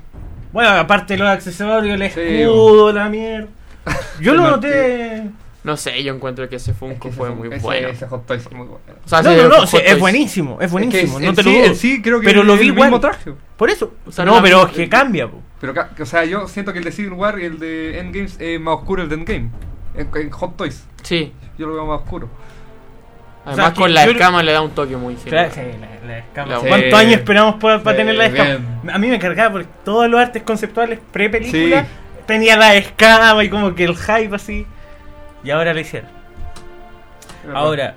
Speaker 2: Bueno, aparte de los accesorios, el
Speaker 1: Sí,
Speaker 2: escudo, la
Speaker 3: (laughs)
Speaker 2: mierda. Yo
Speaker 1: El
Speaker 2: lo
Speaker 1: martillo.
Speaker 2: noté.
Speaker 3: No sé, yo encuentro que ese
Speaker 1: Es
Speaker 3: Funko
Speaker 1: que ese
Speaker 3: fue
Speaker 1: Hot-
Speaker 3: muy
Speaker 1: ese-
Speaker 3: bueno.
Speaker 1: Ese hot toys es muy bueno.
Speaker 3: O sea,
Speaker 2: no,
Speaker 3: ese
Speaker 2: no, no,
Speaker 3: Hot
Speaker 2: sí, es
Speaker 3: Toys-
Speaker 2: buenísimo, es buenísimo,
Speaker 1: Es que
Speaker 2: no
Speaker 1: en
Speaker 2: te lo
Speaker 1: sí-
Speaker 2: dudo.
Speaker 1: en sí creo que
Speaker 2: pero lo
Speaker 1: es
Speaker 2: vi
Speaker 1: el mismo
Speaker 2: igual.
Speaker 1: traje.
Speaker 2: Por eso.
Speaker 3: O sea,
Speaker 2: no,
Speaker 3: la-
Speaker 2: pero es que cambia, po.
Speaker 1: Pero, ca- o sea, yo siento que el de Civil War y el de Endgame es eh, más oscuro el de Endgame. En, en hot toys.
Speaker 3: Sí.
Speaker 1: Yo lo veo más oscuro.
Speaker 3: Además,
Speaker 2: sea, es que
Speaker 3: con la
Speaker 2: yo-
Speaker 3: escama le da un toque muy
Speaker 2: Claro,
Speaker 3: genial.
Speaker 2: sí, la, la escama.
Speaker 3: La-
Speaker 2: ¿Cuántos
Speaker 1: Sí.
Speaker 2: años esperamos para, para
Speaker 1: Sí,
Speaker 2: tener la escama?
Speaker 1: bien.
Speaker 2: A mí me cargaba porque todos los artes conceptuales pre-película
Speaker 1: Sí.
Speaker 2: tenía la escama y como que el hype así. Y ahora lo hicieron.
Speaker 1: Es verdad.
Speaker 2: Ahora,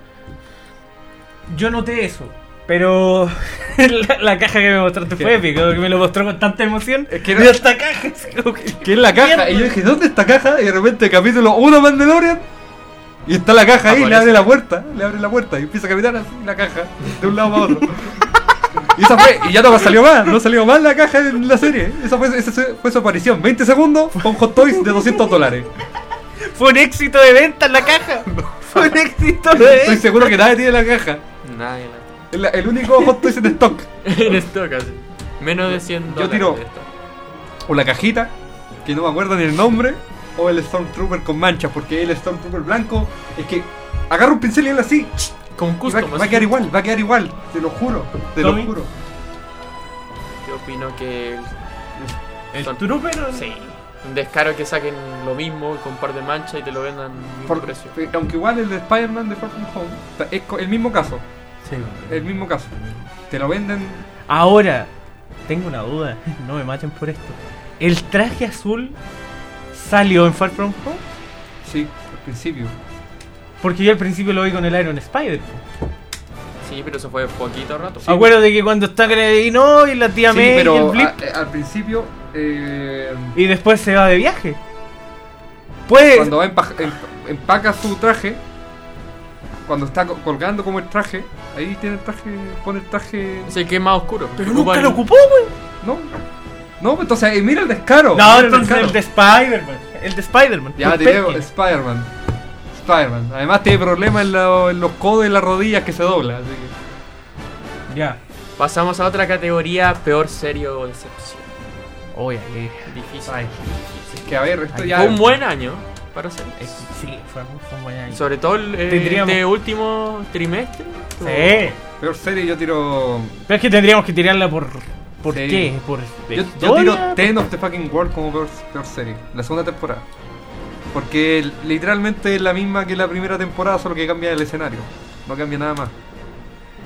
Speaker 2: yo noté eso, pero (laughs) la, la caja que me mostraste fue épica, porque me lo mostró con tanta emoción.
Speaker 1: Es que
Speaker 2: Veo
Speaker 1: era-
Speaker 2: esta caja. así como que-
Speaker 1: que es la caja.
Speaker 2: Mierda.
Speaker 1: Y yo dije, ¿dónde está caja? Y de repente capítulo 1 Mandalorian. Y está la caja ahí, le
Speaker 3: Aparece.
Speaker 1: abre la puerta, le abre la puerta y empieza a caminar así la caja, de un lado para otro. y esa fue, y ya no salió más, no salió más la caja en la serie. Esa fue, esa fue su aparición, 20 segundos con Hot Toys de 200 dólares.
Speaker 2: Fue un éxito de venta en
Speaker 1: (laughs)
Speaker 2: la caja. Fue un éxito de venta.
Speaker 1: Estoy seguro que nadie tiene la caja.
Speaker 3: (laughs) Nadie
Speaker 1: Es la- el único Hot Toys en stock.
Speaker 3: la. en esto casi. Menos de 100
Speaker 1: Yo
Speaker 3: dólares.
Speaker 1: tiro-
Speaker 3: de esto.
Speaker 1: O la cajita, que no me acuerdo ni el nombre. o el Stormtrooper con manchas, porque el Stormtrooper blanco es que agarra un pincel y él así.
Speaker 5: Con
Speaker 1: y va,
Speaker 5: custom.
Speaker 1: va a
Speaker 5: así.
Speaker 1: quedar igual, va a quedar igual, te lo juro, te
Speaker 2: Tommy.
Speaker 1: lo juro.
Speaker 3: Yo opino que
Speaker 2: El
Speaker 3: Son-
Speaker 2: trooper.
Speaker 3: sí. Un descaro que saquen lo mismo con un par de manchas y te lo vendan al mismo
Speaker 1: Por-
Speaker 3: precio.
Speaker 1: eh, aunque igual el de Spider-Man de Far From Home ta- es co- el mismo caso,
Speaker 2: Sí.
Speaker 1: el mismo caso. Te lo venden.
Speaker 2: Ahora, tengo una duda. (laughs) No me maten por esto. ¿El traje azul salió en Far From Home?
Speaker 1: Sí, al principio.
Speaker 2: Porque yo al principio lo vi con el Iron Spider.
Speaker 3: Sí, pero eso fue poquito rato.
Speaker 2: Acuérdate que cuando está y no, y la tía
Speaker 1: Sí,
Speaker 2: May y el
Speaker 1: pero
Speaker 2: Blip,
Speaker 1: a- eh, al principio, eh,
Speaker 2: y después se va de viaje. Pues,
Speaker 1: cuando va a empa- em- empaca su traje, cuando está co- colgando como el traje, ahí tiene el traje, pone el traje.
Speaker 3: Es el que es más oscuro.
Speaker 2: pero
Speaker 3: Ocupa
Speaker 2: nunca
Speaker 3: el-
Speaker 2: lo ocupó, güey.
Speaker 1: No, no, pues, entonces eh, mira el descaro.
Speaker 2: No,
Speaker 1: mira
Speaker 2: entonces el de Spider-Man. El de Spider-Man.
Speaker 1: Ya,
Speaker 2: por
Speaker 1: te digo,
Speaker 2: Perkins.
Speaker 1: Spider-Man. Spider-Man. Además tiene problemas en, lo- en los codos y las rodillas que se dobla. Así que...
Speaker 2: Ya.
Speaker 3: Pasamos a otra categoría, peor serio o decepción.
Speaker 2: Oye, eh,
Speaker 3: Difícil.
Speaker 1: Es que a ver, esto
Speaker 2: Ay,
Speaker 1: ya...
Speaker 3: Fue un buen año para ser.
Speaker 2: eh, sí, fue, fue un buen año.
Speaker 3: Sobre todo el, eh,
Speaker 2: Tendríamos-
Speaker 3: este último trimestre.
Speaker 2: Sí.
Speaker 1: Peor serie yo tiro...
Speaker 2: Pero es que tendríamos que tirarla por. ¿Por
Speaker 1: Sí.
Speaker 2: qué? ¿Por
Speaker 1: Yo, yo
Speaker 2: historia?
Speaker 1: tiro Ten of the Fucking World como peor, peor serie. La segunda temporada. Porque l- literalmente es la misma que la primera temporada, solo que cambia el escenario. No cambia nada más.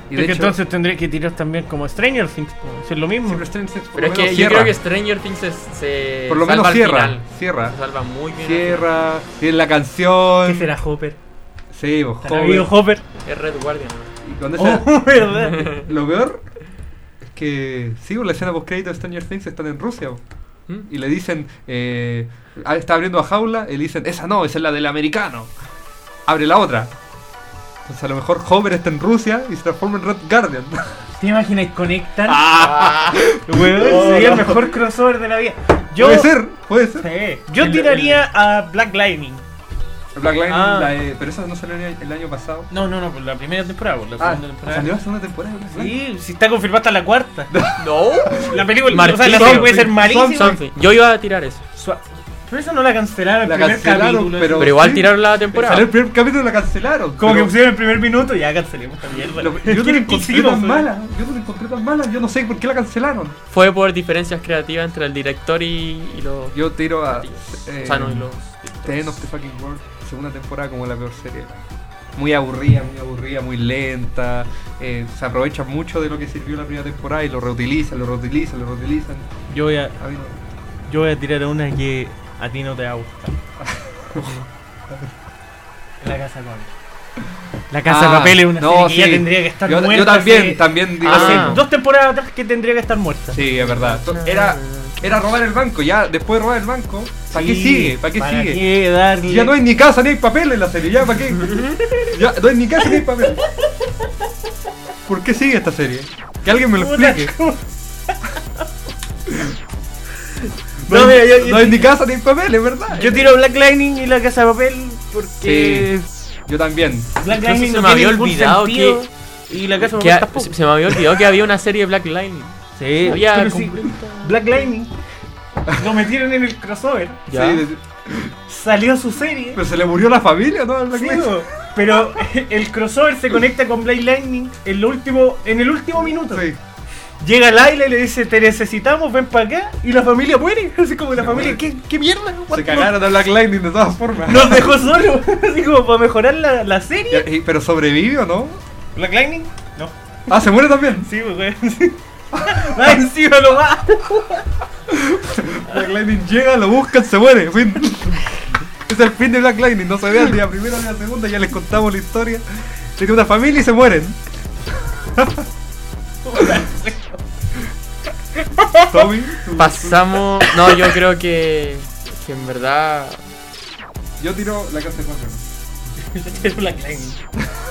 Speaker 1: Y
Speaker 2: Es
Speaker 1: de
Speaker 2: que
Speaker 1: hecho...
Speaker 2: entonces tendría que tirar también como Stranger Things. po, eso Es lo mismo.
Speaker 1: Stranger Things por lo
Speaker 3: Pero es que
Speaker 1: menos
Speaker 3: yo creo
Speaker 1: cierra.
Speaker 3: que Stranger Things se, se
Speaker 1: Por lo menos
Speaker 3: salva al
Speaker 1: cierra.
Speaker 3: final.
Speaker 1: Cierra.
Speaker 3: Se salva muy bien. al
Speaker 1: Cierra. Tiene la canción.
Speaker 2: ¿Qué será Hopper?
Speaker 1: Sí, vos,
Speaker 2: ¿Habrá
Speaker 1: joven.
Speaker 2: habido
Speaker 1: (laughs)
Speaker 2: Hopper?
Speaker 3: final. Es Red Guardian. ¿no?
Speaker 1: Y con esa- (laughs)
Speaker 2: Oh, verdad.
Speaker 1: Lo peor es que sí, la escena post crédito de Stranger Things están en Rusia bo.
Speaker 3: ¿Mm?
Speaker 1: y le dicen, eh, ah, está abriendo a jaula, y le dicen, esa no, esa es la del americano. Abre la otra. Entonces a lo mejor Homer está en Rusia y se transforma en Red
Speaker 2: (laughs)
Speaker 1: Guardian.
Speaker 2: ¿Te imaginas conectar?
Speaker 1: Ah.
Speaker 2: (laughs) Weón, sería el mejor crossover de la vida. Yo,
Speaker 1: Oh. Puede ser, puede ser.
Speaker 2: Sí. Yo tiraría a Black Lightning.
Speaker 1: Black Lightning,
Speaker 2: Ah.
Speaker 1: la, eh, pero esa no salió el, el año pasado.
Speaker 2: No, no, no, por la primera temporada, por la
Speaker 1: Ah,
Speaker 2: segunda temporada.
Speaker 1: salió la segunda temporada. de Black Lightning.
Speaker 2: Sí, si está confirmada hasta la cuarta.
Speaker 3: No.
Speaker 2: La película,
Speaker 3: Martín,
Speaker 2: o sea, la serie puede ser
Speaker 1: something,
Speaker 2: malísima.
Speaker 3: Something. Yo iba a tirar eso.
Speaker 2: Sua- Pero eso no la cancelaron el
Speaker 1: La
Speaker 2: primer
Speaker 1: cancelaron,
Speaker 2: capítulo.
Speaker 1: pero-
Speaker 2: eso.
Speaker 3: Pero igual
Speaker 1: sí.
Speaker 3: tiraron la temporada.
Speaker 1: Salió el primer capítulo y la cancelaron.
Speaker 2: Como que
Speaker 1: pero-
Speaker 2: pusieron el primer minuto, ya cancelemos esta (laughs) mierda.
Speaker 1: lo- yo no
Speaker 2: ¿Qué
Speaker 1: la encontré
Speaker 2: hicimos,
Speaker 1: tan
Speaker 2: weón?
Speaker 1: mala, yo no la encontré tan mala, yo no sé por qué la cancelaron.
Speaker 3: Fue por diferencias creativas entre el director y, y los.
Speaker 1: Yo tiro a... eh,
Speaker 3: o sea, no, y los.
Speaker 1: Ten of the Fucking World, segunda temporada como la peor serie. Muy aburrida, muy aburrida, muy lenta. eh, se aprovechan mucho de lo que sirvió la primera temporada y lo reutilizan, lo reutilizan, lo reutilizan.
Speaker 2: Yo voy, a,
Speaker 1: A mí no.
Speaker 2: yo voy a tirar a una que a ti no te va a gustar. (laughs) la casa con. La casa de
Speaker 1: Ah,
Speaker 2: papel es una
Speaker 1: no,
Speaker 2: serie que ya
Speaker 1: sí.
Speaker 2: tendría que estar
Speaker 1: yo,
Speaker 2: muerta.
Speaker 1: yo también,
Speaker 2: hace-
Speaker 1: también digo
Speaker 2: hace
Speaker 1: lo mismo.
Speaker 2: dos temporadas atrás que tendría que estar muerta.
Speaker 1: Sí, es verdad. To- Era, era robar el banco, ya después de robar el banco, ¿para qué
Speaker 2: Sí,
Speaker 1: sigue? ¿Para qué sigue?
Speaker 2: qué darle?
Speaker 1: Ya no hay ni casa ni hay papel en la serie, ya para qué. Ya no hay ni casa ni hay papel. ¿Por qué sigue esta serie? Que alguien me lo
Speaker 2: Puta, (laughs)
Speaker 1: explique.
Speaker 2: ¿cómo?
Speaker 1: No,
Speaker 2: No,
Speaker 1: hay-
Speaker 2: mira, yo- yo-
Speaker 1: no hay ni casa ni hay papel, es verdad.
Speaker 2: Yo tiro Black Lightning y la casa de papel porque
Speaker 1: Yo también.
Speaker 2: Black
Speaker 3: Incluso
Speaker 2: Lightning
Speaker 3: se
Speaker 2: no
Speaker 3: me
Speaker 2: tiene
Speaker 3: había
Speaker 2: ningún
Speaker 3: olvidado
Speaker 2: sentido y la casa de papel
Speaker 3: Que-
Speaker 2: tampoco.
Speaker 3: se, se me había olvidado que había una serie de Black Lightning.
Speaker 2: Sí,
Speaker 3: Había
Speaker 2: pero
Speaker 3: como-
Speaker 2: sí, Black Lightning lo metieron en el crossover,
Speaker 3: Ya.
Speaker 1: Sí, de-
Speaker 2: salió su serie,
Speaker 1: pero se le murió la familia, ¿no? Al Black
Speaker 2: sí,
Speaker 1: Lightning.
Speaker 2: bo, pero (laughs) el crossover se conecta con Black Lightning en, lo último, en el último minuto.
Speaker 1: Sí.
Speaker 2: Llega Laila y le dice, te necesitamos, ven para acá, y la familia muere. (laughs) Así como la familia, ¿qué, qué mierda? What
Speaker 1: Se
Speaker 2: the-
Speaker 1: cagaron a Black Lightning de todas formas.
Speaker 2: (laughs) Nos dejó solo, así como para mejorar la, la serie.
Speaker 1: Ya, y- pero sobrevive o no?
Speaker 2: ¿Black Lightning? No.
Speaker 1: Ah, se muere también.
Speaker 2: (laughs) Sí, pues, weón.
Speaker 1: (laughs)
Speaker 2: Va encima lo va. (laughs)
Speaker 1: Black Lightning llega, lo buscan, se muere. Fin. (laughs) Es el fin de Black Lightning. No se ve al día primero ni la segunda. Ya les contamos la historia. Tiene una familia y se
Speaker 2: (laughs)
Speaker 1: mueren. Tommy, tú-
Speaker 3: Pasamos. No, yo creo que. Que en verdad.
Speaker 1: yo tiro la casa de papel.
Speaker 2: Es Black Lightning.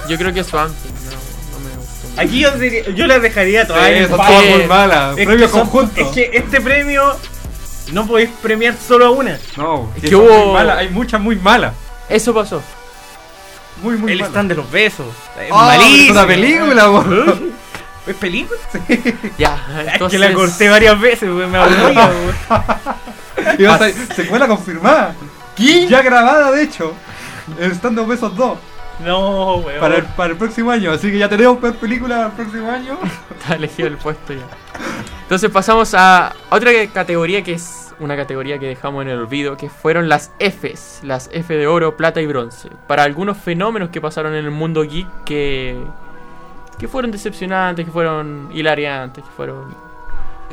Speaker 3: Yo creo que Swamp Thing, No, no me gustó. mucho.
Speaker 2: Aquí yo, diría- yo la dejaría todas
Speaker 1: Sí,
Speaker 2: en
Speaker 1: esa
Speaker 2: paz.
Speaker 1: estuvo
Speaker 3: eh,
Speaker 1: muy mala.
Speaker 2: Es
Speaker 1: Premio
Speaker 2: que son-
Speaker 1: conjunto.
Speaker 2: Es que este premio no podéis premiar solo a una.
Speaker 1: No,
Speaker 3: Es que
Speaker 1: son
Speaker 3: hubo-
Speaker 1: muy malas, hay muchas muy malas.
Speaker 3: Eso pasó.
Speaker 1: Muy, muy
Speaker 2: el
Speaker 1: malas.
Speaker 2: stand de los besos. Es
Speaker 1: Ah, pero
Speaker 2: malísimo.
Speaker 1: Es una película, amor.
Speaker 2: (laughs) ¿Es película?
Speaker 3: Ya,
Speaker 2: Es que
Speaker 3: entonces. (laughs)
Speaker 1: Ah.
Speaker 2: la corté varias veces, weón, me aburría, weón.
Speaker 1: ¿Eh? Y va a salir- secuela confirmada.
Speaker 3: ¿Qué?
Speaker 1: Ya grabada, de hecho. El stand-up besos 2.
Speaker 2: No, weón.
Speaker 1: Para el, para el próximo año. Así que ya tenemos peor película para el próximo año.
Speaker 3: Está elegido el puesto ya. Entonces pasamos a otra que- categoría que es una categoría que dejamos en el olvido, que fueron las Fs, las F de oro, plata y bronce, para algunos fenómenos que pasaron en el mundo geek que, que fueron decepcionantes, que fueron hilariantes, que fueron...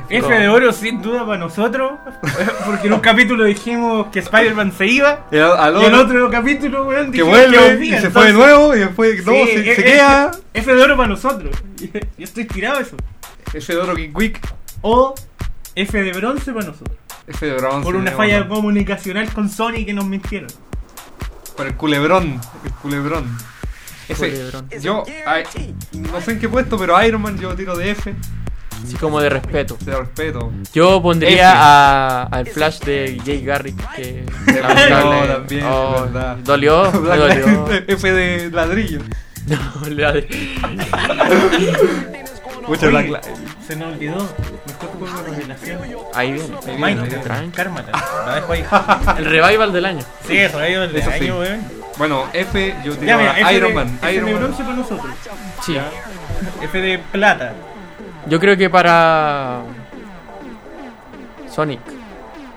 Speaker 2: F de oro sin duda para nosotros, (laughs) porque en un capítulo dijimos que Spider-Man se iba,
Speaker 1: El- al
Speaker 2: y en otro capítulo, weón,
Speaker 1: que
Speaker 2: dijimos
Speaker 1: vuelve y
Speaker 2: volvía,
Speaker 1: se fue de
Speaker 2: entonces-
Speaker 1: nuevo y después no,
Speaker 2: Sí,
Speaker 1: se,
Speaker 2: eh,
Speaker 1: se
Speaker 2: eh,
Speaker 1: queda.
Speaker 2: F de oro para nosotros. (laughs) Yo estoy tirado a eso.
Speaker 1: F de oro King Week.
Speaker 2: O F de bronce para nosotros.
Speaker 1: F de bronce.
Speaker 2: Por una
Speaker 1: digamos,
Speaker 2: falla
Speaker 1: ¿no?
Speaker 2: comunicacional con Sony que nos mintieron.
Speaker 1: Por el culebrón. El culebrón. Ese-
Speaker 3: Culebrón.
Speaker 1: Yo, ay, no sé en qué puesto, pero Iron Man yo tiro de F.
Speaker 3: Así como de respeto.
Speaker 1: Te respeto.
Speaker 3: Yo
Speaker 1: F.
Speaker 3: pondría a- al flash de Jay Garrick, que... lamentable-
Speaker 1: No, también,
Speaker 3: Oh,
Speaker 1: es verdad. (laughs)
Speaker 3: Dolió, me dolió.
Speaker 1: F de ladrillo.
Speaker 3: (laughs) No, la de-
Speaker 1: Mucho
Speaker 2: Oye,
Speaker 1: Black Lives.
Speaker 2: Se nos olvidó. Mejor juego de revelación.
Speaker 3: Ahí
Speaker 1: Ahí
Speaker 3: viene.
Speaker 1: viene, ahí
Speaker 2: Minecraft.
Speaker 1: viene.
Speaker 3: Tranqui.
Speaker 2: Karma.
Speaker 1: (laughs)
Speaker 2: La dejo ahí.
Speaker 3: El revival del año.
Speaker 2: Sí, eso, ahí donde
Speaker 1: Eso
Speaker 2: año,
Speaker 1: sí.
Speaker 2: weón.
Speaker 1: Bueno, F yo tiro
Speaker 2: Ya, mira,
Speaker 1: a
Speaker 2: F
Speaker 1: Iron
Speaker 2: de,
Speaker 1: Man.
Speaker 2: F
Speaker 1: Iron
Speaker 2: de
Speaker 1: Man.
Speaker 2: bronce para nosotros.
Speaker 3: Sí.
Speaker 2: F de plata.
Speaker 3: Yo creo que para Sonic.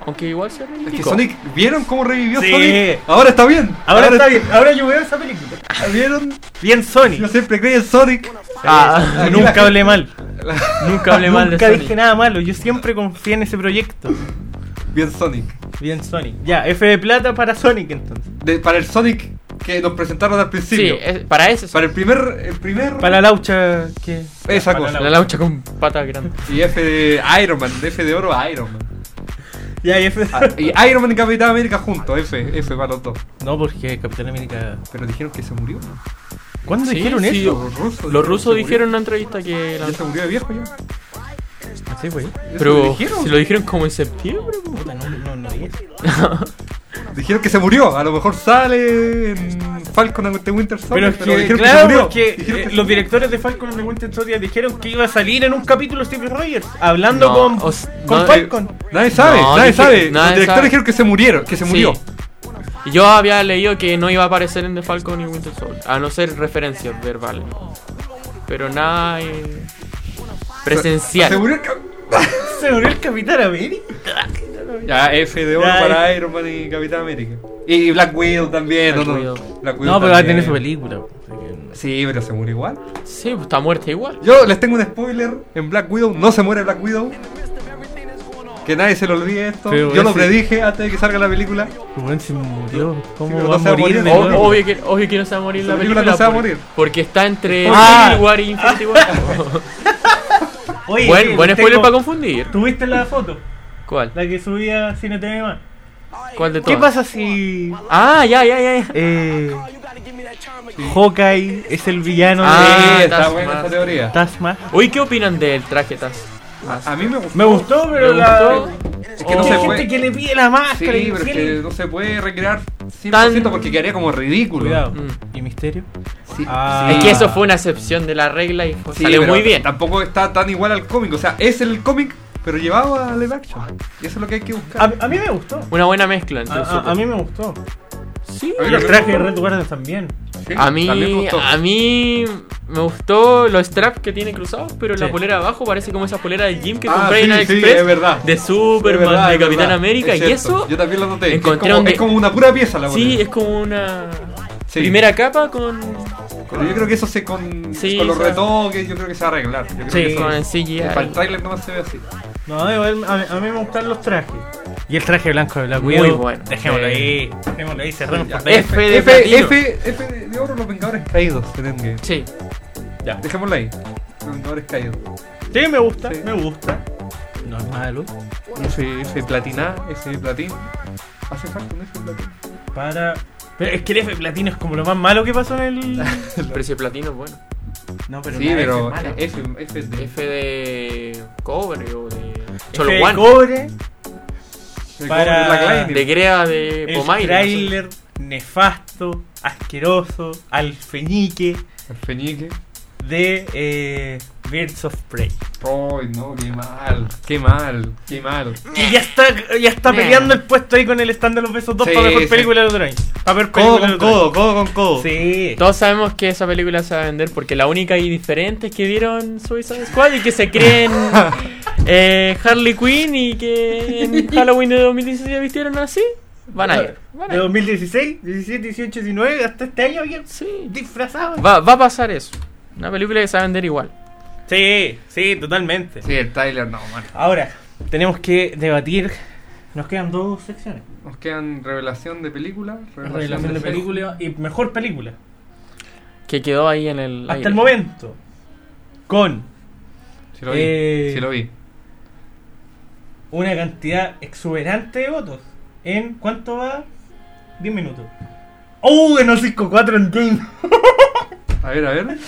Speaker 3: Aunque igual se reivindicó.
Speaker 1: Es que Sonic, ¿vieron cómo revivió
Speaker 2: Sí.
Speaker 1: Sonic? Ahora está bien.
Speaker 2: Ahora está bien, ahora yo veo esa película.
Speaker 1: ¿Vieron?
Speaker 2: Bien
Speaker 1: Yo
Speaker 2: Sony.
Speaker 1: siempre creí en Sonic.
Speaker 3: Ah,
Speaker 1: Aquí la
Speaker 2: (laughs) Nunca
Speaker 1: gente-
Speaker 2: hablé mal. (laughs)
Speaker 3: nunca hablé mal de
Speaker 2: Nunca
Speaker 3: Sonic.
Speaker 2: dije nada malo. Yo siempre confié en ese proyecto.
Speaker 1: Bien Sonic.
Speaker 2: Bien Sonic. Ya, F de plata para Sonic entonces.
Speaker 1: De- para el Sonic que nos presentaron al
Speaker 3: Sí,
Speaker 1: principio.
Speaker 3: es- para ese
Speaker 1: Para el primer. El primer
Speaker 2: Para Laucha, que.
Speaker 1: esa
Speaker 2: para
Speaker 1: cosa.
Speaker 2: la-
Speaker 3: La laucha con
Speaker 1: (laughs)
Speaker 3: patas grandes.
Speaker 1: Y F de Iron Man. de F de oro a Iron Man.
Speaker 2: Ya, y F.
Speaker 1: Ah, Y Iron Man y Capitán América juntos. F. F para los dos.
Speaker 2: No, porque Capitán América.
Speaker 1: Pero dijeron que se murió. ¿no?
Speaker 2: ¿Cuándo
Speaker 3: Sí,
Speaker 2: dijeron
Speaker 3: sí,
Speaker 2: eso?
Speaker 1: Los rusos.
Speaker 3: Los
Speaker 1: que
Speaker 3: rusos
Speaker 1: se
Speaker 3: dijeron en
Speaker 1: murió.
Speaker 3: una entrevista que la-
Speaker 1: Ya se murió de viejo ya.
Speaker 2: Así, güey.
Speaker 1: ¿Eso lo
Speaker 3: Pero
Speaker 1: dijeron?
Speaker 3: si lo dijeron como en septiembre. po.
Speaker 2: Puta, no, no, no. vi eso.
Speaker 1: Dijeron que se murió. A lo mejor sale en Falcon and the Winter
Speaker 2: Pero
Speaker 1: Soldier.
Speaker 2: es que,
Speaker 1: dijeron
Speaker 2: claro,
Speaker 1: se murió.
Speaker 2: porque
Speaker 1: Dijeron
Speaker 2: eh,
Speaker 1: que
Speaker 2: los
Speaker 1: se murió.
Speaker 2: directores de Falcon and the Winter Soldier dijeron que iba a salir en un capítulo Steve Rogers hablando
Speaker 3: No,
Speaker 2: con,
Speaker 3: o s-
Speaker 2: con
Speaker 3: no,
Speaker 2: Falcon.
Speaker 1: Nadie sabe,
Speaker 3: No,
Speaker 1: nadie
Speaker 3: dije-
Speaker 1: sabe.
Speaker 3: nadie
Speaker 1: los directores
Speaker 3: sabe.
Speaker 1: dijeron que se murieron, que se
Speaker 3: Sí.
Speaker 1: murió.
Speaker 3: Y Yo había leído que no iba a aparecer en The Falcon y Winter Soldier, a no ser referencias verbales. Pero nada eh,
Speaker 1: Se
Speaker 3: presencial.
Speaker 1: murió el ca-
Speaker 2: Se murió el Capitán América.
Speaker 1: Ya, F de oro
Speaker 2: Ya, eh.
Speaker 1: para Iron Man y Capitán América. Y Black Widow también.
Speaker 3: Black
Speaker 1: no, no,
Speaker 3: Widow.
Speaker 1: Black Widow
Speaker 2: No, pero va a
Speaker 1: también.
Speaker 2: tener su película.
Speaker 1: Sí, pero se murió igual.
Speaker 3: Sí, pues, está muerta igual.
Speaker 1: Yo les tengo un spoiler. En Black Widow no se muere Black Widow. Que nadie se le olvide esto.
Speaker 2: Sí,
Speaker 1: Yo
Speaker 2: bueno,
Speaker 1: lo
Speaker 2: sí.
Speaker 1: predije antes de que salga la película.
Speaker 2: Rubén se murió.
Speaker 1: Sí,
Speaker 2: ¿Cómo
Speaker 1: pero
Speaker 2: va a
Speaker 1: no se va a
Speaker 2: morir?
Speaker 1: morir,
Speaker 2: de
Speaker 1: ¿no?
Speaker 2: nuevo?
Speaker 3: O- obvio, que, obvio que no se va a morir
Speaker 1: Esa
Speaker 3: la
Speaker 1: película
Speaker 3: película.
Speaker 1: no se va a
Speaker 3: por-
Speaker 1: morir.
Speaker 3: Porque está entre
Speaker 2: Ah.
Speaker 3: Civil War y
Speaker 1: (laughs)
Speaker 3: Infinity War.
Speaker 2: Oye,
Speaker 3: (laughs) buen,
Speaker 2: sí,
Speaker 3: buen
Speaker 2: tengo-
Speaker 3: spoiler para confundir.
Speaker 2: ¿Tuviste la foto?
Speaker 3: ¿Cuál?
Speaker 2: La que subía Cine TV más.
Speaker 3: ¿Cuál de
Speaker 2: ¿Qué
Speaker 3: todas?
Speaker 2: pasa si
Speaker 3: Ah, ya, ya, ya. ya.
Speaker 2: eh, Hawkeye es el villano
Speaker 3: Ah,
Speaker 1: Sí, está
Speaker 3: Taskmaster.
Speaker 1: buena esa teoría.
Speaker 2: de Tasma?
Speaker 3: Uy, ¿qué opinan del traje Taz?
Speaker 1: A mí me gustó.
Speaker 2: Me gustó, pero
Speaker 3: ¿Me
Speaker 2: la.
Speaker 3: gustó?
Speaker 1: Es que
Speaker 2: Oh.
Speaker 1: no
Speaker 2: Hay
Speaker 1: se
Speaker 2: gente
Speaker 1: puede.
Speaker 2: que le pide la
Speaker 1: Sí,
Speaker 2: máscara y
Speaker 1: pero es que
Speaker 2: tiene-
Speaker 1: no se puede recrear 100%
Speaker 3: Tan-
Speaker 1: porque quedaría como ridículo.
Speaker 2: Cuidado.
Speaker 3: Mm.
Speaker 2: ¿Y misterio?
Speaker 1: Sí,
Speaker 2: Ah.
Speaker 1: sí.
Speaker 3: Es que eso fue una excepción de la regla y fue-
Speaker 1: Sí,
Speaker 3: salió
Speaker 1: pero
Speaker 3: muy bien.
Speaker 1: Tampoco está tan igual al cómic. O sea, es el cómic, pero llevado a live action. Y eso es lo que hay que buscar.
Speaker 2: A, a mí me gustó.
Speaker 3: Una buena
Speaker 1: Ah,
Speaker 3: mezcla entre
Speaker 2: A,
Speaker 3: los
Speaker 2: a- a mí me gustó.
Speaker 3: Sí.
Speaker 1: A mí
Speaker 2: Los
Speaker 1: me
Speaker 2: trajes de
Speaker 1: gustó.
Speaker 2: Red Guardian también.
Speaker 1: Sí,
Speaker 3: A mí,
Speaker 1: ah, también me gustó.
Speaker 3: a mí me gustó los straps que tiene cruzados, pero
Speaker 2: Sí.
Speaker 3: la polera abajo parece como esa polera de Jim que
Speaker 1: Ah,
Speaker 3: compré en
Speaker 1: sí, sí,
Speaker 3: AliExpress
Speaker 1: es verdad.
Speaker 3: de Superman,
Speaker 1: Es verdad,
Speaker 3: de
Speaker 1: es
Speaker 3: Capitán
Speaker 1: verdad.
Speaker 3: América
Speaker 1: Es
Speaker 3: y
Speaker 1: cierto.
Speaker 3: eso
Speaker 1: Yo también lo noté. Es
Speaker 3: encontré
Speaker 1: como,
Speaker 3: un de-
Speaker 1: es como una pura pieza la
Speaker 3: sí
Speaker 1: bolera.
Speaker 3: es como una
Speaker 1: Sí.
Speaker 3: primera capa con
Speaker 1: Pero yo creo que eso se con,
Speaker 3: Sí,
Speaker 1: con los
Speaker 3: se va-
Speaker 1: retoques, yo creo que se va a arreglar. Yo creo
Speaker 3: sí,
Speaker 1: que eso-
Speaker 3: con el CGI.
Speaker 1: Para el trailer nomás se ve así.
Speaker 2: No, igual, a, a mí me gustan los trajes. Y el traje blanco de Black
Speaker 3: Muy
Speaker 2: Widow,
Speaker 3: bueno.
Speaker 2: Dejémoslo
Speaker 3: Sí.
Speaker 2: ahí. Dejémoslo ahí. Cerramos
Speaker 1: Ya.
Speaker 2: por ahí.
Speaker 3: F de
Speaker 1: F,
Speaker 3: platino.
Speaker 1: F, F de- de oro, los Vengadores Caídos. en Endgame.
Speaker 3: Sí.
Speaker 2: Ya.
Speaker 1: Dejémoslo ahí. Los Vengadores Caídos.
Speaker 2: Sí, me gusta.
Speaker 1: Sí.
Speaker 2: Me gusta. No es malo.
Speaker 1: F, F platiná, F platín. Hace falta un F platín.
Speaker 2: Para. Pero es que el F platino es como lo más malo que pasó en el.
Speaker 3: El precio de platino es bueno.
Speaker 2: (laughs) No, pero
Speaker 1: sí,
Speaker 2: la
Speaker 1: pero
Speaker 2: F es mala.
Speaker 1: F, F de
Speaker 3: F de cobre o de
Speaker 2: F
Speaker 3: Cholo
Speaker 2: de
Speaker 3: One,
Speaker 2: cobre,
Speaker 1: de
Speaker 2: para-
Speaker 1: Black Lightning.
Speaker 3: de Grea de
Speaker 2: el
Speaker 3: Pomaire. no sé.
Speaker 2: trailer nefasto, asqueroso, alfeñique
Speaker 1: El Feñique.
Speaker 2: de eh, Birds of Prey.
Speaker 1: Ay, no, qué mal, qué mal, qué mal.
Speaker 2: Y ya está, ya está
Speaker 3: Nah.
Speaker 2: peleando el puesto ahí con el stand de los besos 2
Speaker 1: Sí,
Speaker 2: para mejor
Speaker 1: sí.
Speaker 2: película del otro año. Para ver
Speaker 6: Codo
Speaker 2: película
Speaker 6: con
Speaker 2: del otro
Speaker 6: codo,
Speaker 2: año.
Speaker 6: codo con codo.
Speaker 2: Sí.
Speaker 3: Todos sabemos que esa película se va a vender porque la única y diferente es que vieron Suicide Squad y que
Speaker 2: (laughs)
Speaker 3: se creen eh, Harley Quinn y
Speaker 2: (laughs)
Speaker 3: que en Halloween de 2016 vistieron así. Van a ir. Van a
Speaker 2: De
Speaker 3: ir.
Speaker 2: 2016, 17, 18, 19, hasta este año bien
Speaker 3: Sí.
Speaker 2: disfrazado.
Speaker 3: Va, va a pasar eso. Una película que se va a vender igual.
Speaker 2: Sí, sí, totalmente.
Speaker 1: Sí, el Tyler, no, man.
Speaker 2: Ahora, tenemos que debatir. Nos quedan dos secciones.
Speaker 1: Nos quedan revelación de película, revelación,
Speaker 2: Revelación de
Speaker 1: serie.
Speaker 2: película y mejor película.
Speaker 3: Que quedó ahí en el.
Speaker 2: Hasta
Speaker 3: aire.
Speaker 2: el momento. Con
Speaker 1: Sí lo vi,
Speaker 2: Eh,
Speaker 1: sí lo vi.
Speaker 2: una cantidad exuberante de votos. ¿En cuánto va? 10 minutos. ¡Oh! En 5-4 en game.
Speaker 1: A ver, a
Speaker 2: (laughs)
Speaker 1: ver.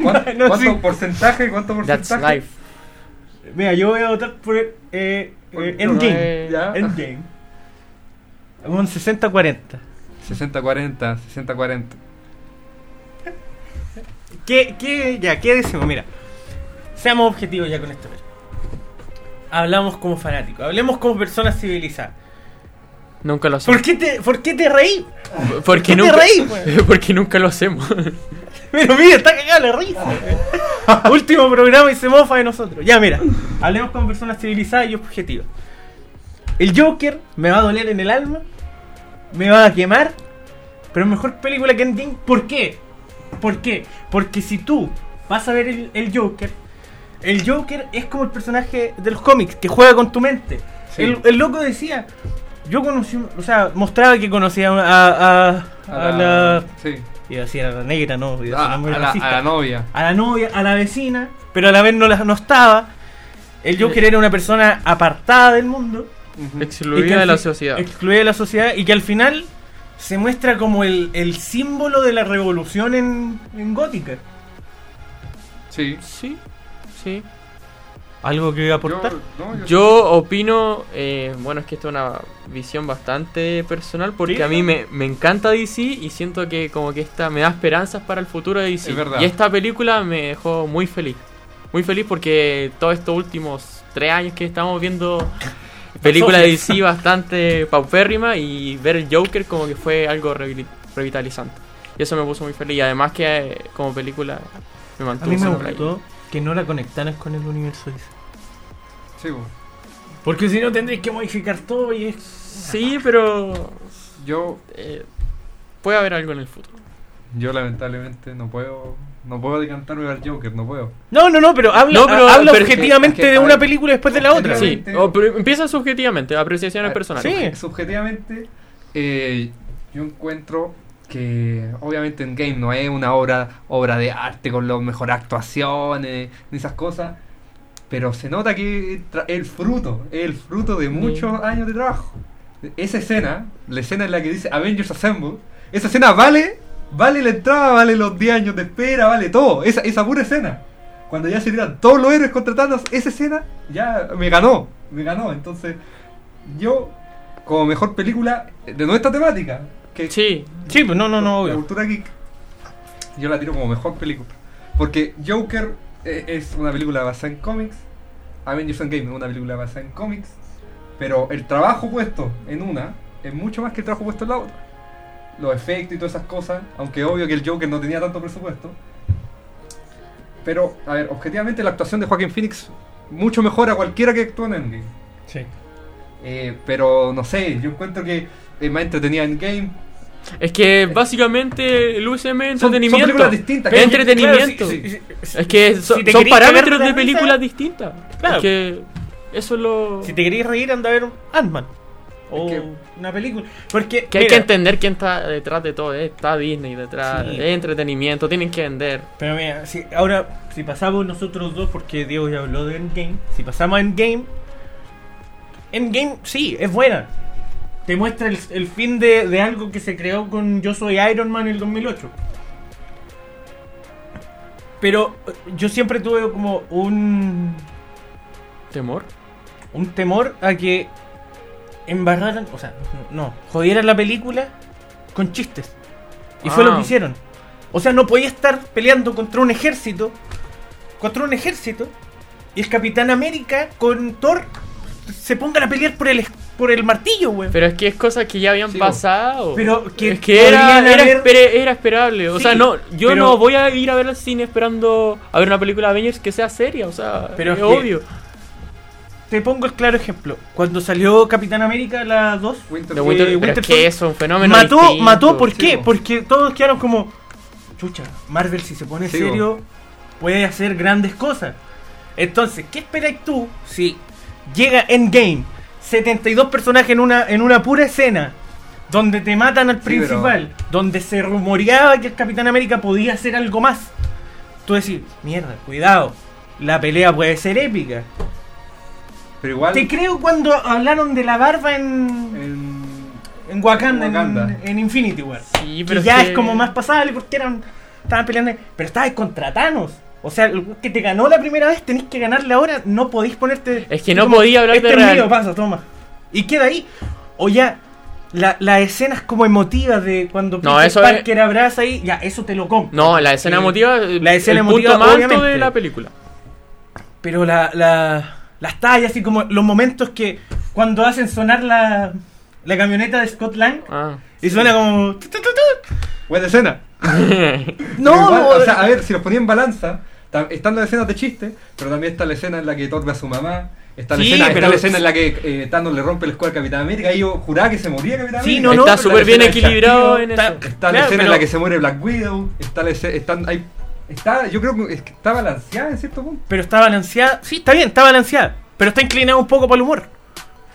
Speaker 1: ¿Cuánto,
Speaker 2: No,
Speaker 1: cuánto
Speaker 2: sí.
Speaker 1: porcentaje? ¿Cuánto
Speaker 3: That's
Speaker 1: porcentaje?
Speaker 3: life.
Speaker 2: Mira, yo voy a votar por eh, eh,
Speaker 1: Por-
Speaker 2: Endgame.
Speaker 3: Eh,
Speaker 1: Ya.
Speaker 2: Endgame. Un 60-40.
Speaker 1: 60-40, 60-40.
Speaker 2: ¿Qué, qué, ya, ¿Qué decimos? Mira, seamos objetivos ya con esta película. Hablamos como fanáticos, hablemos como personas civilizadas.
Speaker 3: Nunca lo hacemos.
Speaker 2: ¿Por qué te, por qué te reí?
Speaker 3: porque,
Speaker 2: qué te
Speaker 3: nunca,
Speaker 2: reí, güey?
Speaker 3: (laughs) porque nunca lo hacemos.
Speaker 2: (laughs) Pero mira, está cagada la (laughs) risa. Último programa y se mofa de nosotros. Ya, mira, hablemos como personas civilizadas y objetivas. El Joker me va a doler en el alma, me va a quemar, pero es mejor película que Endgame. ¿Por qué? ¿Por qué? Porque si tú vas a ver el, el Joker, el Joker es como el personaje de los cómics que juega con tu mente.
Speaker 1: Sí.
Speaker 2: El, el loco decía, yo conocí, o sea, mostraba que conocía a, a- a la
Speaker 1: sí.
Speaker 2: Iba a decir a la negra, no. Iba a decir
Speaker 1: Ah, a,
Speaker 2: nombre
Speaker 1: la,
Speaker 2: racista.
Speaker 1: a la novia.
Speaker 2: A la novia, a la vecina, pero a la vez no, la, no estaba. El Joker era una persona apartada del mundo.
Speaker 1: Ujú.
Speaker 2: y que
Speaker 3: Excluida
Speaker 2: al
Speaker 3: de la
Speaker 2: fin-
Speaker 3: sociedad.
Speaker 2: Excluida de la sociedad y que al final se muestra como el, el símbolo de la revolución en, en Gótica.
Speaker 1: Sí.
Speaker 3: Sí, sí.
Speaker 2: ¿Algo que
Speaker 1: Yo,
Speaker 2: aportar?
Speaker 1: no, yo,
Speaker 3: Yo opino, eh, bueno, es que esto es una visión bastante personal porque
Speaker 2: Sí.
Speaker 3: a mí me, me encanta DC y siento que como que esta me da esperanzas para el futuro de DC.
Speaker 1: Es verdad.
Speaker 3: Y esta película me dejó muy feliz. Muy feliz porque todos estos últimos tres años que
Speaker 1: (laughs)
Speaker 3: estamos viendo películas de DC bastante paupérrima y ver el Joker como que fue algo revi- revitalizante. Y eso me puso muy feliz. Y además que eh, como película me
Speaker 2: A
Speaker 3: mantuvo
Speaker 2: mí me
Speaker 3: siempre ahí.
Speaker 2: gustó que no la conectaras con el universo DC.
Speaker 1: sí, bo.
Speaker 2: Porque si no tendréis que modificar todo y es...
Speaker 3: Sí, pero
Speaker 1: yo,
Speaker 3: eh, puede haber algo en el futuro.
Speaker 1: yo lamentablemente no puedo, no puedo decantarme al Joker, no puedo.
Speaker 2: No, no, no, pero habla,
Speaker 3: No, pero-
Speaker 2: habla
Speaker 3: pero-
Speaker 2: objetivamente
Speaker 1: es que-
Speaker 2: de una película después de la otra.
Speaker 3: Sí, o, pero empieza subjetivamente, apreciaciones
Speaker 1: Ah,
Speaker 3: personales.
Speaker 2: sí.
Speaker 1: Subjetivamente, eh, yo encuentro que obviamente en game no es una obra, obra de arte con las mejores actuaciones ni esas cosas, pero se nota que tra- el fruto, el fruto de muchos años de trabajo. Esa escena, la escena en la que dice Avengers Assemble, esa escena vale, vale la entrada, vale los 10 años de espera, vale todo, esa, esa pura escena. Cuando ya se tiran todos los héroes contratados, esa escena ya me ganó, me ganó, entonces yo como mejor película de nuestra temática, que
Speaker 3: Sí,
Speaker 2: Sí, pues no, no, no,
Speaker 1: la
Speaker 2: obvio.
Speaker 1: cultura geek, yo la tiro como mejor película. Porque Joker eh, es una película basada en cómics, Avengers Endgame es una película basada en cómics, pero el trabajo puesto en una es mucho más que el trabajo puesto en la otra. Los efectos y todas esas cosas, aunque obvio que el Joker no tenía tanto presupuesto. Pero, a ver, objetivamente la actuación de Joaquin Phoenix mucho mejor a cualquiera que actúa en Endgame.
Speaker 2: Sí.
Speaker 1: Eh, pero no sé, yo encuentro que es más entretenida en game.
Speaker 3: es que básicamente el UCM es
Speaker 1: Son- son
Speaker 3: entretenimiento.
Speaker 1: películas distintas,
Speaker 3: Es
Speaker 1: que-
Speaker 3: entretenimiento.
Speaker 2: Claro, si- si- si-
Speaker 3: Es que so-
Speaker 2: si te
Speaker 3: son
Speaker 2: querís cagar
Speaker 3: parámetros
Speaker 2: la
Speaker 3: de
Speaker 2: risa,
Speaker 3: películas distintas.
Speaker 2: Claro.
Speaker 3: Es que eso es lo
Speaker 2: Si te querés reír, anda a ver un Ant-Man. O
Speaker 1: que-
Speaker 2: una película. Porque.
Speaker 3: que hay
Speaker 2: mira,
Speaker 3: que entender quién está detrás de todo. eh, Está Disney detrás,
Speaker 2: Sí.
Speaker 3: es entretenimiento, tienen que vender.
Speaker 2: Pero mira, si, ahora, si pasamos nosotros dos, porque Diego ya habló de Endgame. Si pasamos a Endgame. Endgame, sí, es buena. Te muestra el, el fin de, de algo que se creó con Yo Soy Iron Man en el 2008. Pero eh, yo siempre tuve como un.
Speaker 3: Temor.
Speaker 2: un temor a que embarraran, o sea, no, jodieran la película con chistes. Y fue
Speaker 3: Ah.
Speaker 2: lo que hicieron. O sea, no podía estar peleando contra un ejército contra un ejército y el Capitán América con Thor se pongan a pelear por el, por el martillo, weón.
Speaker 3: Pero es que es cosas que ya habían
Speaker 1: Sí,
Speaker 3: pasado.
Speaker 2: Pero que
Speaker 3: es que era,
Speaker 2: podrían
Speaker 3: era,
Speaker 2: haber-
Speaker 3: espere- era esperable. O
Speaker 2: Sí,
Speaker 3: sea, no, yo
Speaker 2: pero-
Speaker 3: no voy a ir a ver al cine esperando a ver una película de Avengers que sea seria. O sea,
Speaker 2: Pero
Speaker 3: es
Speaker 2: es que-
Speaker 3: obvio.
Speaker 2: Te pongo el claro ejemplo. Cuando salió Capitán América la 2,
Speaker 1: Winter
Speaker 3: De Winter-
Speaker 2: eh,
Speaker 3: pero
Speaker 2: Winter
Speaker 3: es que
Speaker 2: Soldier-
Speaker 3: eso es un fenómeno.
Speaker 2: mató,
Speaker 3: distinto.
Speaker 2: mató, ¿por
Speaker 1: sí,
Speaker 2: qué?
Speaker 1: po.
Speaker 2: Porque todos quedaron como, chucha, Marvel si se pone
Speaker 1: Sí,
Speaker 2: serio puede hacer grandes cosas. Entonces, ¿qué esperas tú si llega Endgame, 72 personajes en una, en una pura escena, donde te matan al
Speaker 1: pero-
Speaker 2: principal, donde se rumoreaba que el Capitán América podía hacer algo más? Tú decís, mierda, cuidado, la pelea puede ser épica.
Speaker 1: Pero igual.
Speaker 2: Te creo cuando hablaron de la barba en,
Speaker 1: en-
Speaker 2: en Wakanda, en-
Speaker 1: Wakanda.
Speaker 2: En, Infinity War.
Speaker 3: Sí,
Speaker 2: Y
Speaker 3: pero
Speaker 2: ya
Speaker 3: que-
Speaker 2: es como más pasable porque eran. Estaban peleando. Pero estabas contra Thanos. O sea, el que te ganó la primera vez, tenés que ganarle ahora. No podís ponerte.
Speaker 3: Es que no podía hablar
Speaker 2: este
Speaker 3: de
Speaker 2: es
Speaker 3: real".
Speaker 2: mío, pasa, toma. Y queda ahí. O ya. la- Las escenas como emotivas de cuando
Speaker 3: No,
Speaker 2: Peter
Speaker 3: eso es-
Speaker 2: Parker abraza ahí, ya, eso te lo compro.
Speaker 3: No, la escena
Speaker 2: Sí.
Speaker 3: emotiva.
Speaker 2: La escena
Speaker 3: el
Speaker 2: emotiva,
Speaker 3: punto más alto
Speaker 2: obviamente.
Speaker 3: de la película.
Speaker 2: Pero la, la- las tallas y como los momentos que cuando hacen sonar la, la camioneta de Scott Lang
Speaker 3: Ah.
Speaker 2: y suena como... tu, tu, tu, tu.
Speaker 1: Buena escena. Pero
Speaker 2: No,
Speaker 1: igual, o sea, a ver, si los ponía en balanza, ta- están las escenas de chiste, pero también está la escena en la que Thor ve a su mamá. Está la,
Speaker 3: Sí,
Speaker 1: escena, está
Speaker 3: pero-
Speaker 1: la escena en la que eh, Thanos le rompe el escudo al Capitán América y yo juraba que se moría Capitán
Speaker 2: Sí,
Speaker 1: América.
Speaker 2: (laughs) no, no,
Speaker 3: Está
Speaker 2: pero
Speaker 3: súper
Speaker 1: la
Speaker 3: bien
Speaker 1: escena del
Speaker 3: equilibrado
Speaker 2: castillo
Speaker 3: en
Speaker 2: está-
Speaker 1: Está
Speaker 3: eso.
Speaker 1: la escena
Speaker 2: Claro,
Speaker 1: en
Speaker 2: pero-
Speaker 1: la que se muere Black Widow. Está la escena, están, hay, está, yo creo que es que está balanceada en cierto punto.
Speaker 2: Pero está balanceada. Sí, está bien, está balanceada. Pero está inclinada un poco para el humor.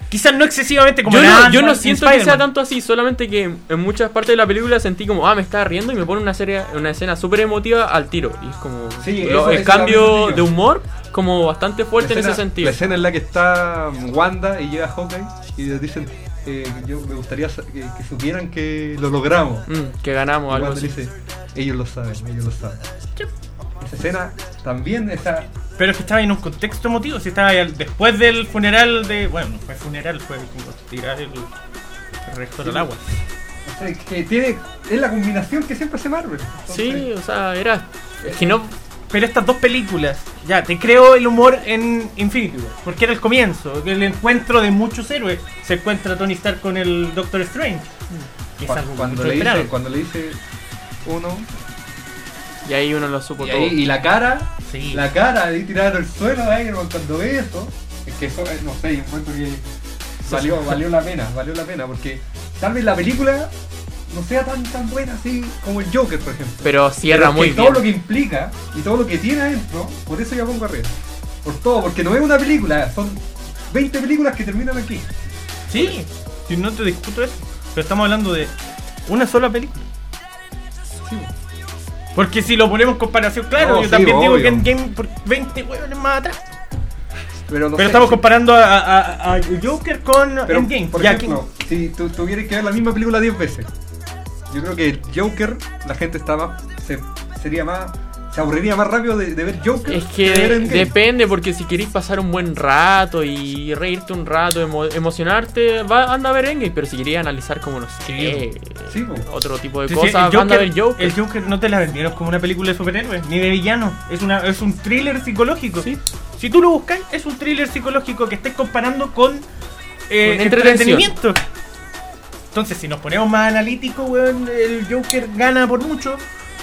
Speaker 2: Quizás no excesivamente como
Speaker 3: Yo
Speaker 2: en
Speaker 3: no,
Speaker 2: Ant-Man,
Speaker 3: yo no
Speaker 2: en
Speaker 3: siento que sea
Speaker 2: Spider-Man.
Speaker 3: tanto así, solamente que en muchas partes de la película sentí como, ah, me estaba riendo y me pone una, serie, una escena súper emotiva al tiro. Y es como
Speaker 1: Sí,
Speaker 3: lo-
Speaker 1: eso-
Speaker 3: el
Speaker 1: eso
Speaker 3: cambio
Speaker 1: también sentí
Speaker 3: de
Speaker 1: yo.
Speaker 3: humor como bastante fuerte
Speaker 1: La
Speaker 3: en ese
Speaker 1: escena-
Speaker 3: sentido.
Speaker 1: La escena en la que está Wanda y llega Hawkeye y les dicen, eh, yo me gustaría sa- que, que supieran que lo logramos.
Speaker 3: Mm, que ganamos
Speaker 1: Y
Speaker 3: algo
Speaker 1: Wanda
Speaker 3: así.
Speaker 1: dice, ellos lo saben, ellos lo saben. Esa escena también está...
Speaker 2: Pero es que estaba en un contexto emotivo. Si estaba al- después del funeral de. Bueno, no fue funeral, fue como tirar el, el reactor al agua.
Speaker 1: o sea, que tiene, es la combinación que siempre hace Marvel. Entonces,
Speaker 3: Sí, o sea, era... Es que no...
Speaker 2: Pero estas dos películas, ya, te creo el humor en Infinity War, porque era el comienzo, el encuentro de muchos héroes. Se encuentra Tony Stark con el Doctor Strange. que es
Speaker 1: cua-
Speaker 2: algo
Speaker 1: Mm. cuando,
Speaker 2: que
Speaker 1: le
Speaker 2: esperaba.
Speaker 1: dice, cuando le dice uno...
Speaker 3: Y ahí uno lo supo
Speaker 1: Y,
Speaker 3: todo.
Speaker 1: ahí- y la cara,
Speaker 2: Sí.
Speaker 1: la cara de tirar al suelo de Iron Man cuando ve eso. Es que eso, eh, no sé, yo encuentro que valió, valió la pena, valió la pena. Porque tal vez la película no sea tan tan buena así como el Joker, por ejemplo.
Speaker 3: Pero cierra
Speaker 1: Porque
Speaker 3: muy
Speaker 1: todo
Speaker 3: bien.
Speaker 1: lo que implica y todo lo que tiene adentro, por eso yo pongo arriba. Por todo, porque no es una película, son 20 películas que terminan aquí.
Speaker 2: Sí, si no te discuto eso. Pero estamos hablando de una sola película.
Speaker 1: Sí.
Speaker 2: Porque si lo ponemos en comparación, claro,
Speaker 1: No,
Speaker 2: yo
Speaker 1: sí,
Speaker 2: también digo
Speaker 1: obvio.
Speaker 2: que Endgame por 20 huevones más atrás.
Speaker 1: Pero, no
Speaker 2: Pero
Speaker 1: sé,
Speaker 2: estamos
Speaker 1: sí.
Speaker 2: comparando a, a- a- a Joker con
Speaker 1: Pero,
Speaker 2: Endgame.
Speaker 1: Por
Speaker 2: Ya
Speaker 1: ejemplo, si tú tuvieras que ver la misma película 10 veces, yo creo que Joker, la gente está más, se, sería más, se aburriría más rápido de, de ver Joker
Speaker 2: (laughs)
Speaker 3: Es que
Speaker 1: de ver
Speaker 3: de-
Speaker 1: Endgame.
Speaker 3: depende, porque si queréis pasar un buen rato y reírte un rato, emo- emocionarte, va, anda a ver Endgame, pero si queréis analizar como no sé qué,
Speaker 1: Sí, po.
Speaker 3: otro tipo
Speaker 2: que-
Speaker 3: de
Speaker 2: Sí, sí,
Speaker 3: cosas,
Speaker 2: el,
Speaker 3: anda a ver
Speaker 2: Joker,
Speaker 3: Joker.
Speaker 2: el Joker no te la vendieron como una película de superhéroes, ni de villanos. Es, una, es un thriller psicológico.
Speaker 3: Sí.
Speaker 2: Si tú lo buscas, es un thriller psicológico que estés comparando con eh,
Speaker 3: Con entretención.
Speaker 2: entretenimiento. Entonces, si nos ponemos más analíticos, weón, el Joker gana por mucho.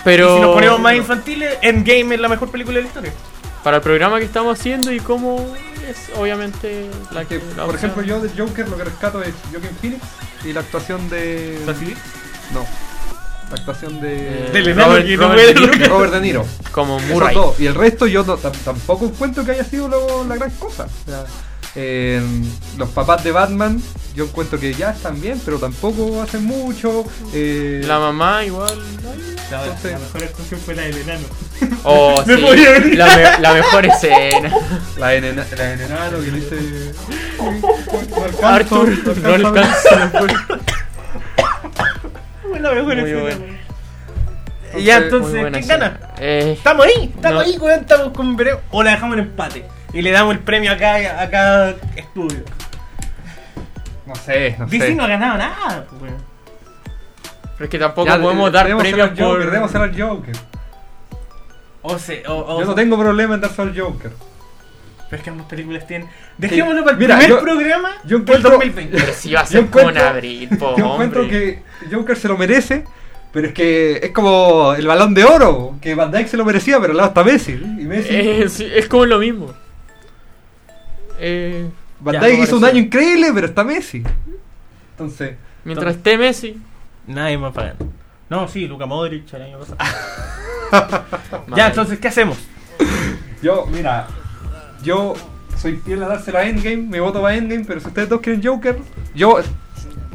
Speaker 3: Pero
Speaker 2: Y si nos ponemos más infantiles, Endgame es la mejor película de la historia.
Speaker 3: para el programa que estamos haciendo y cómo es obviamente la que...
Speaker 1: Que,
Speaker 3: la
Speaker 1: por
Speaker 3: opción.
Speaker 1: ejemplo, yo de Joker lo que rescato es Joaquin Phoenix y la actuación de... No, la actuación de...
Speaker 3: Eh,
Speaker 2: Del enano
Speaker 3: Robert-
Speaker 2: que no
Speaker 3: Robert
Speaker 2: puede
Speaker 3: De Niro,
Speaker 1: de Robert De Niro.
Speaker 2: (laughs)
Speaker 3: como
Speaker 1: Eso
Speaker 3: Murray.
Speaker 1: todo. Y el resto yo no- tam- tampoco encuentro que haya sido lo- la gran cosa. O sea, eh, los papás de Batman, yo encuentro que ya están bien, pero tampoco hacen mucho. eh,
Speaker 3: La mamá igual.
Speaker 2: La,
Speaker 1: Entonces-
Speaker 2: la mejor actuación fue la del enano.
Speaker 3: Oh,
Speaker 2: (laughs) Me
Speaker 3: sí,
Speaker 2: podía venir.
Speaker 3: la, me- la
Speaker 2: (laughs)
Speaker 3: mejor escena.
Speaker 1: la de nena- la de enano que le dice. "No alcanzo,
Speaker 3: Arthur no
Speaker 1: no alcanzo".
Speaker 3: alcanza.
Speaker 2: Fue la mejor
Speaker 3: Muy
Speaker 2: escena,
Speaker 3: buena.
Speaker 2: weón. Y ya,
Speaker 3: Muy
Speaker 2: entonces,
Speaker 3: buena
Speaker 2: ¿quién
Speaker 3: escena.
Speaker 2: gana?
Speaker 3: Eh,
Speaker 2: Estamos ahí, estamos
Speaker 3: No.
Speaker 2: ahí, weón, estamos con veremos. O la dejamos en empate. Y le damos el premio a cada, a cada estudio.
Speaker 1: (laughs) No sé, no
Speaker 2: DC
Speaker 1: sé.
Speaker 2: no ha ganado nada, pues, weón.
Speaker 3: pero es que tampoco
Speaker 1: Ya,
Speaker 3: podemos
Speaker 1: eh,
Speaker 3: dar
Speaker 1: debemos ser
Speaker 3: premios
Speaker 1: al
Speaker 3: por.
Speaker 1: Joker, debemos ser al Joker.
Speaker 2: O se, o, o-
Speaker 1: Yo no tengo problema en darse al Joker.
Speaker 2: Pero es que ambas películas tienen. Dejémoslo para el
Speaker 1: Mira,
Speaker 2: primer
Speaker 1: yo-
Speaker 2: programa
Speaker 1: yo
Speaker 2: del
Speaker 1: encuentro-
Speaker 2: 2020.
Speaker 3: Pero si va a
Speaker 1: Yo
Speaker 3: ser con
Speaker 1: encuentro-
Speaker 3: abril, po,
Speaker 1: Yo encuentro
Speaker 3: hombre.
Speaker 1: que Joker se lo merece, pero es que es como el balón de oro, que Van Dyke se lo merecía, pero al lado está Messi. Y Messi,
Speaker 3: Eh, sí, es como lo mismo. Eh,
Speaker 1: Van
Speaker 2: ya,
Speaker 1: Dyke
Speaker 2: no
Speaker 1: hizo un
Speaker 2: merecía.
Speaker 1: año increíble, pero está Messi. Entonces,
Speaker 3: mientras esté Messi.
Speaker 2: (laughs) Nadie más pagando. No, sí, Luca Modric el año pasado.
Speaker 3: madre.
Speaker 2: Ya, entonces, ¿qué hacemos?
Speaker 1: yo, mira, yo soy fiel a dárselo a Endgame, mi voto va a Endgame, pero si ustedes dos quieren Joker, yo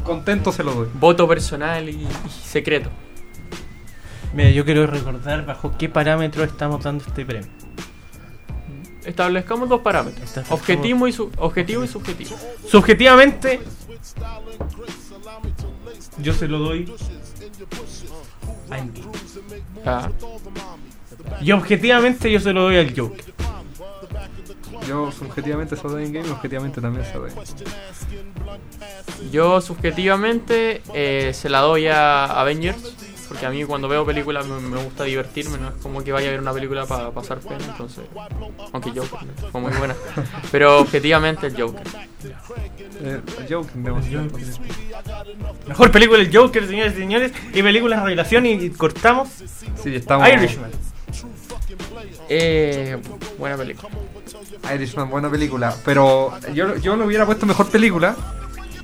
Speaker 1: contento se lo doy.
Speaker 3: Voto personal y, y secreto.
Speaker 2: Mira, yo quiero recordar bajo qué parámetro estamos dando este premio.
Speaker 3: Establezcamos dos parámetros.
Speaker 2: Establezcamos-
Speaker 3: Objetivo y, su- objetivo y subjetivo.
Speaker 2: Subjetivamente, yo se lo doy a Endgame.
Speaker 3: Ya.
Speaker 2: Y objetivamente, yo se lo doy al Joker.
Speaker 1: Yo subjetivamente se lo doy Endgame, objetivamente también se lo doy.
Speaker 3: Yo subjetivamente eh, se la doy a Avengers. Porque a mí cuando veo películas me, me gusta divertirme, no es como que vaya a ver una película para pasar pena, entonces... Aunque Joker ¿no? fue muy
Speaker 1: (laughs)
Speaker 3: buena. Pero objetivamente el Joker.
Speaker 1: Eh, Joker, me emociona también.
Speaker 2: Mejor película el Joker, señores y señores. Y películas de relación y, y cortamos
Speaker 1: Sí, estamos.
Speaker 2: Irishman.
Speaker 3: Eh, buena película.
Speaker 1: Irishman, buena película. Pero yo, yo lo hubiera puesto mejor película.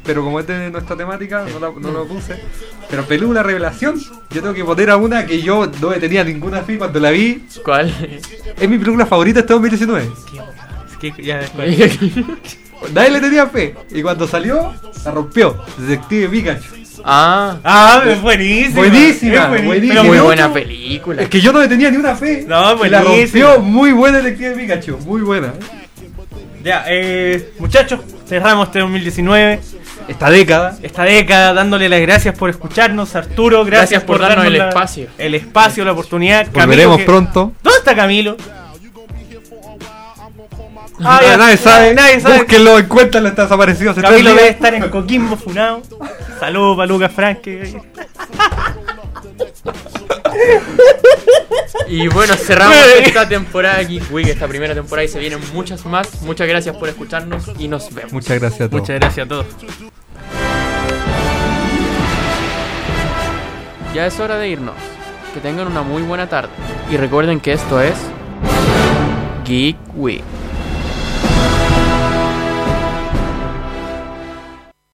Speaker 1: Pero como es de nuestra temática, no, la- no lo puse. Pero película revelación. Yo tengo que poner a una que yo no le tenía ninguna fe cuando la vi. (laughs)
Speaker 3: ¿Cuál?
Speaker 1: Es mi película favorita este 2019.
Speaker 2: Es que (laughs) ya después.
Speaker 1: Nadie le tenía fe. Y cuando salió, la rompió. Detective Pikachu.
Speaker 3: ah,
Speaker 2: Ah, es buenísima.
Speaker 1: Buenísima,
Speaker 2: Es buenísima.
Speaker 1: buenísima.
Speaker 2: Pero
Speaker 3: muy
Speaker 1: Minuto.
Speaker 3: buena película.
Speaker 1: Es que yo no le tenía ni una fe.
Speaker 2: No,
Speaker 1: y la
Speaker 2: buenísima.
Speaker 1: rompió. Muy buena Detective Pikachu. Muy buena.
Speaker 2: Ya, eh, muchachos, cerramos este 2019,
Speaker 1: Esta década.
Speaker 2: esta década, dándole las gracias por escucharnos, Arturo, gracias,
Speaker 3: Gracias por darnos el
Speaker 2: la-
Speaker 3: espacio.
Speaker 2: El espacio, la oportunidad. Camilo,
Speaker 1: Volveremos
Speaker 2: que-
Speaker 1: pronto.
Speaker 2: ¿Dónde está Camilo? Ah,
Speaker 1: Ah,
Speaker 2: ya,
Speaker 1: nadie sabe.
Speaker 2: Nadie sabe.
Speaker 1: Búsquenlo, encuéntrenlo, está desaparecido. hace
Speaker 2: Camilo
Speaker 1: tres
Speaker 2: debe
Speaker 1: días.
Speaker 2: estar en Coquimbo Funado. Saludos para Lucas Franque.
Speaker 3: Y bueno,
Speaker 1: (laughs)
Speaker 3: cerramos esta temporada aquí, Wig, esta primera temporada y se vienen muchas más. Muchas gracias por escucharnos y nos vemos.
Speaker 1: Muchas gracias a todos.
Speaker 2: Muchas gracias a todos.
Speaker 3: Ya es hora de irnos. Que tengan una muy buena tarde. Y recuerden que esto es Geek Week.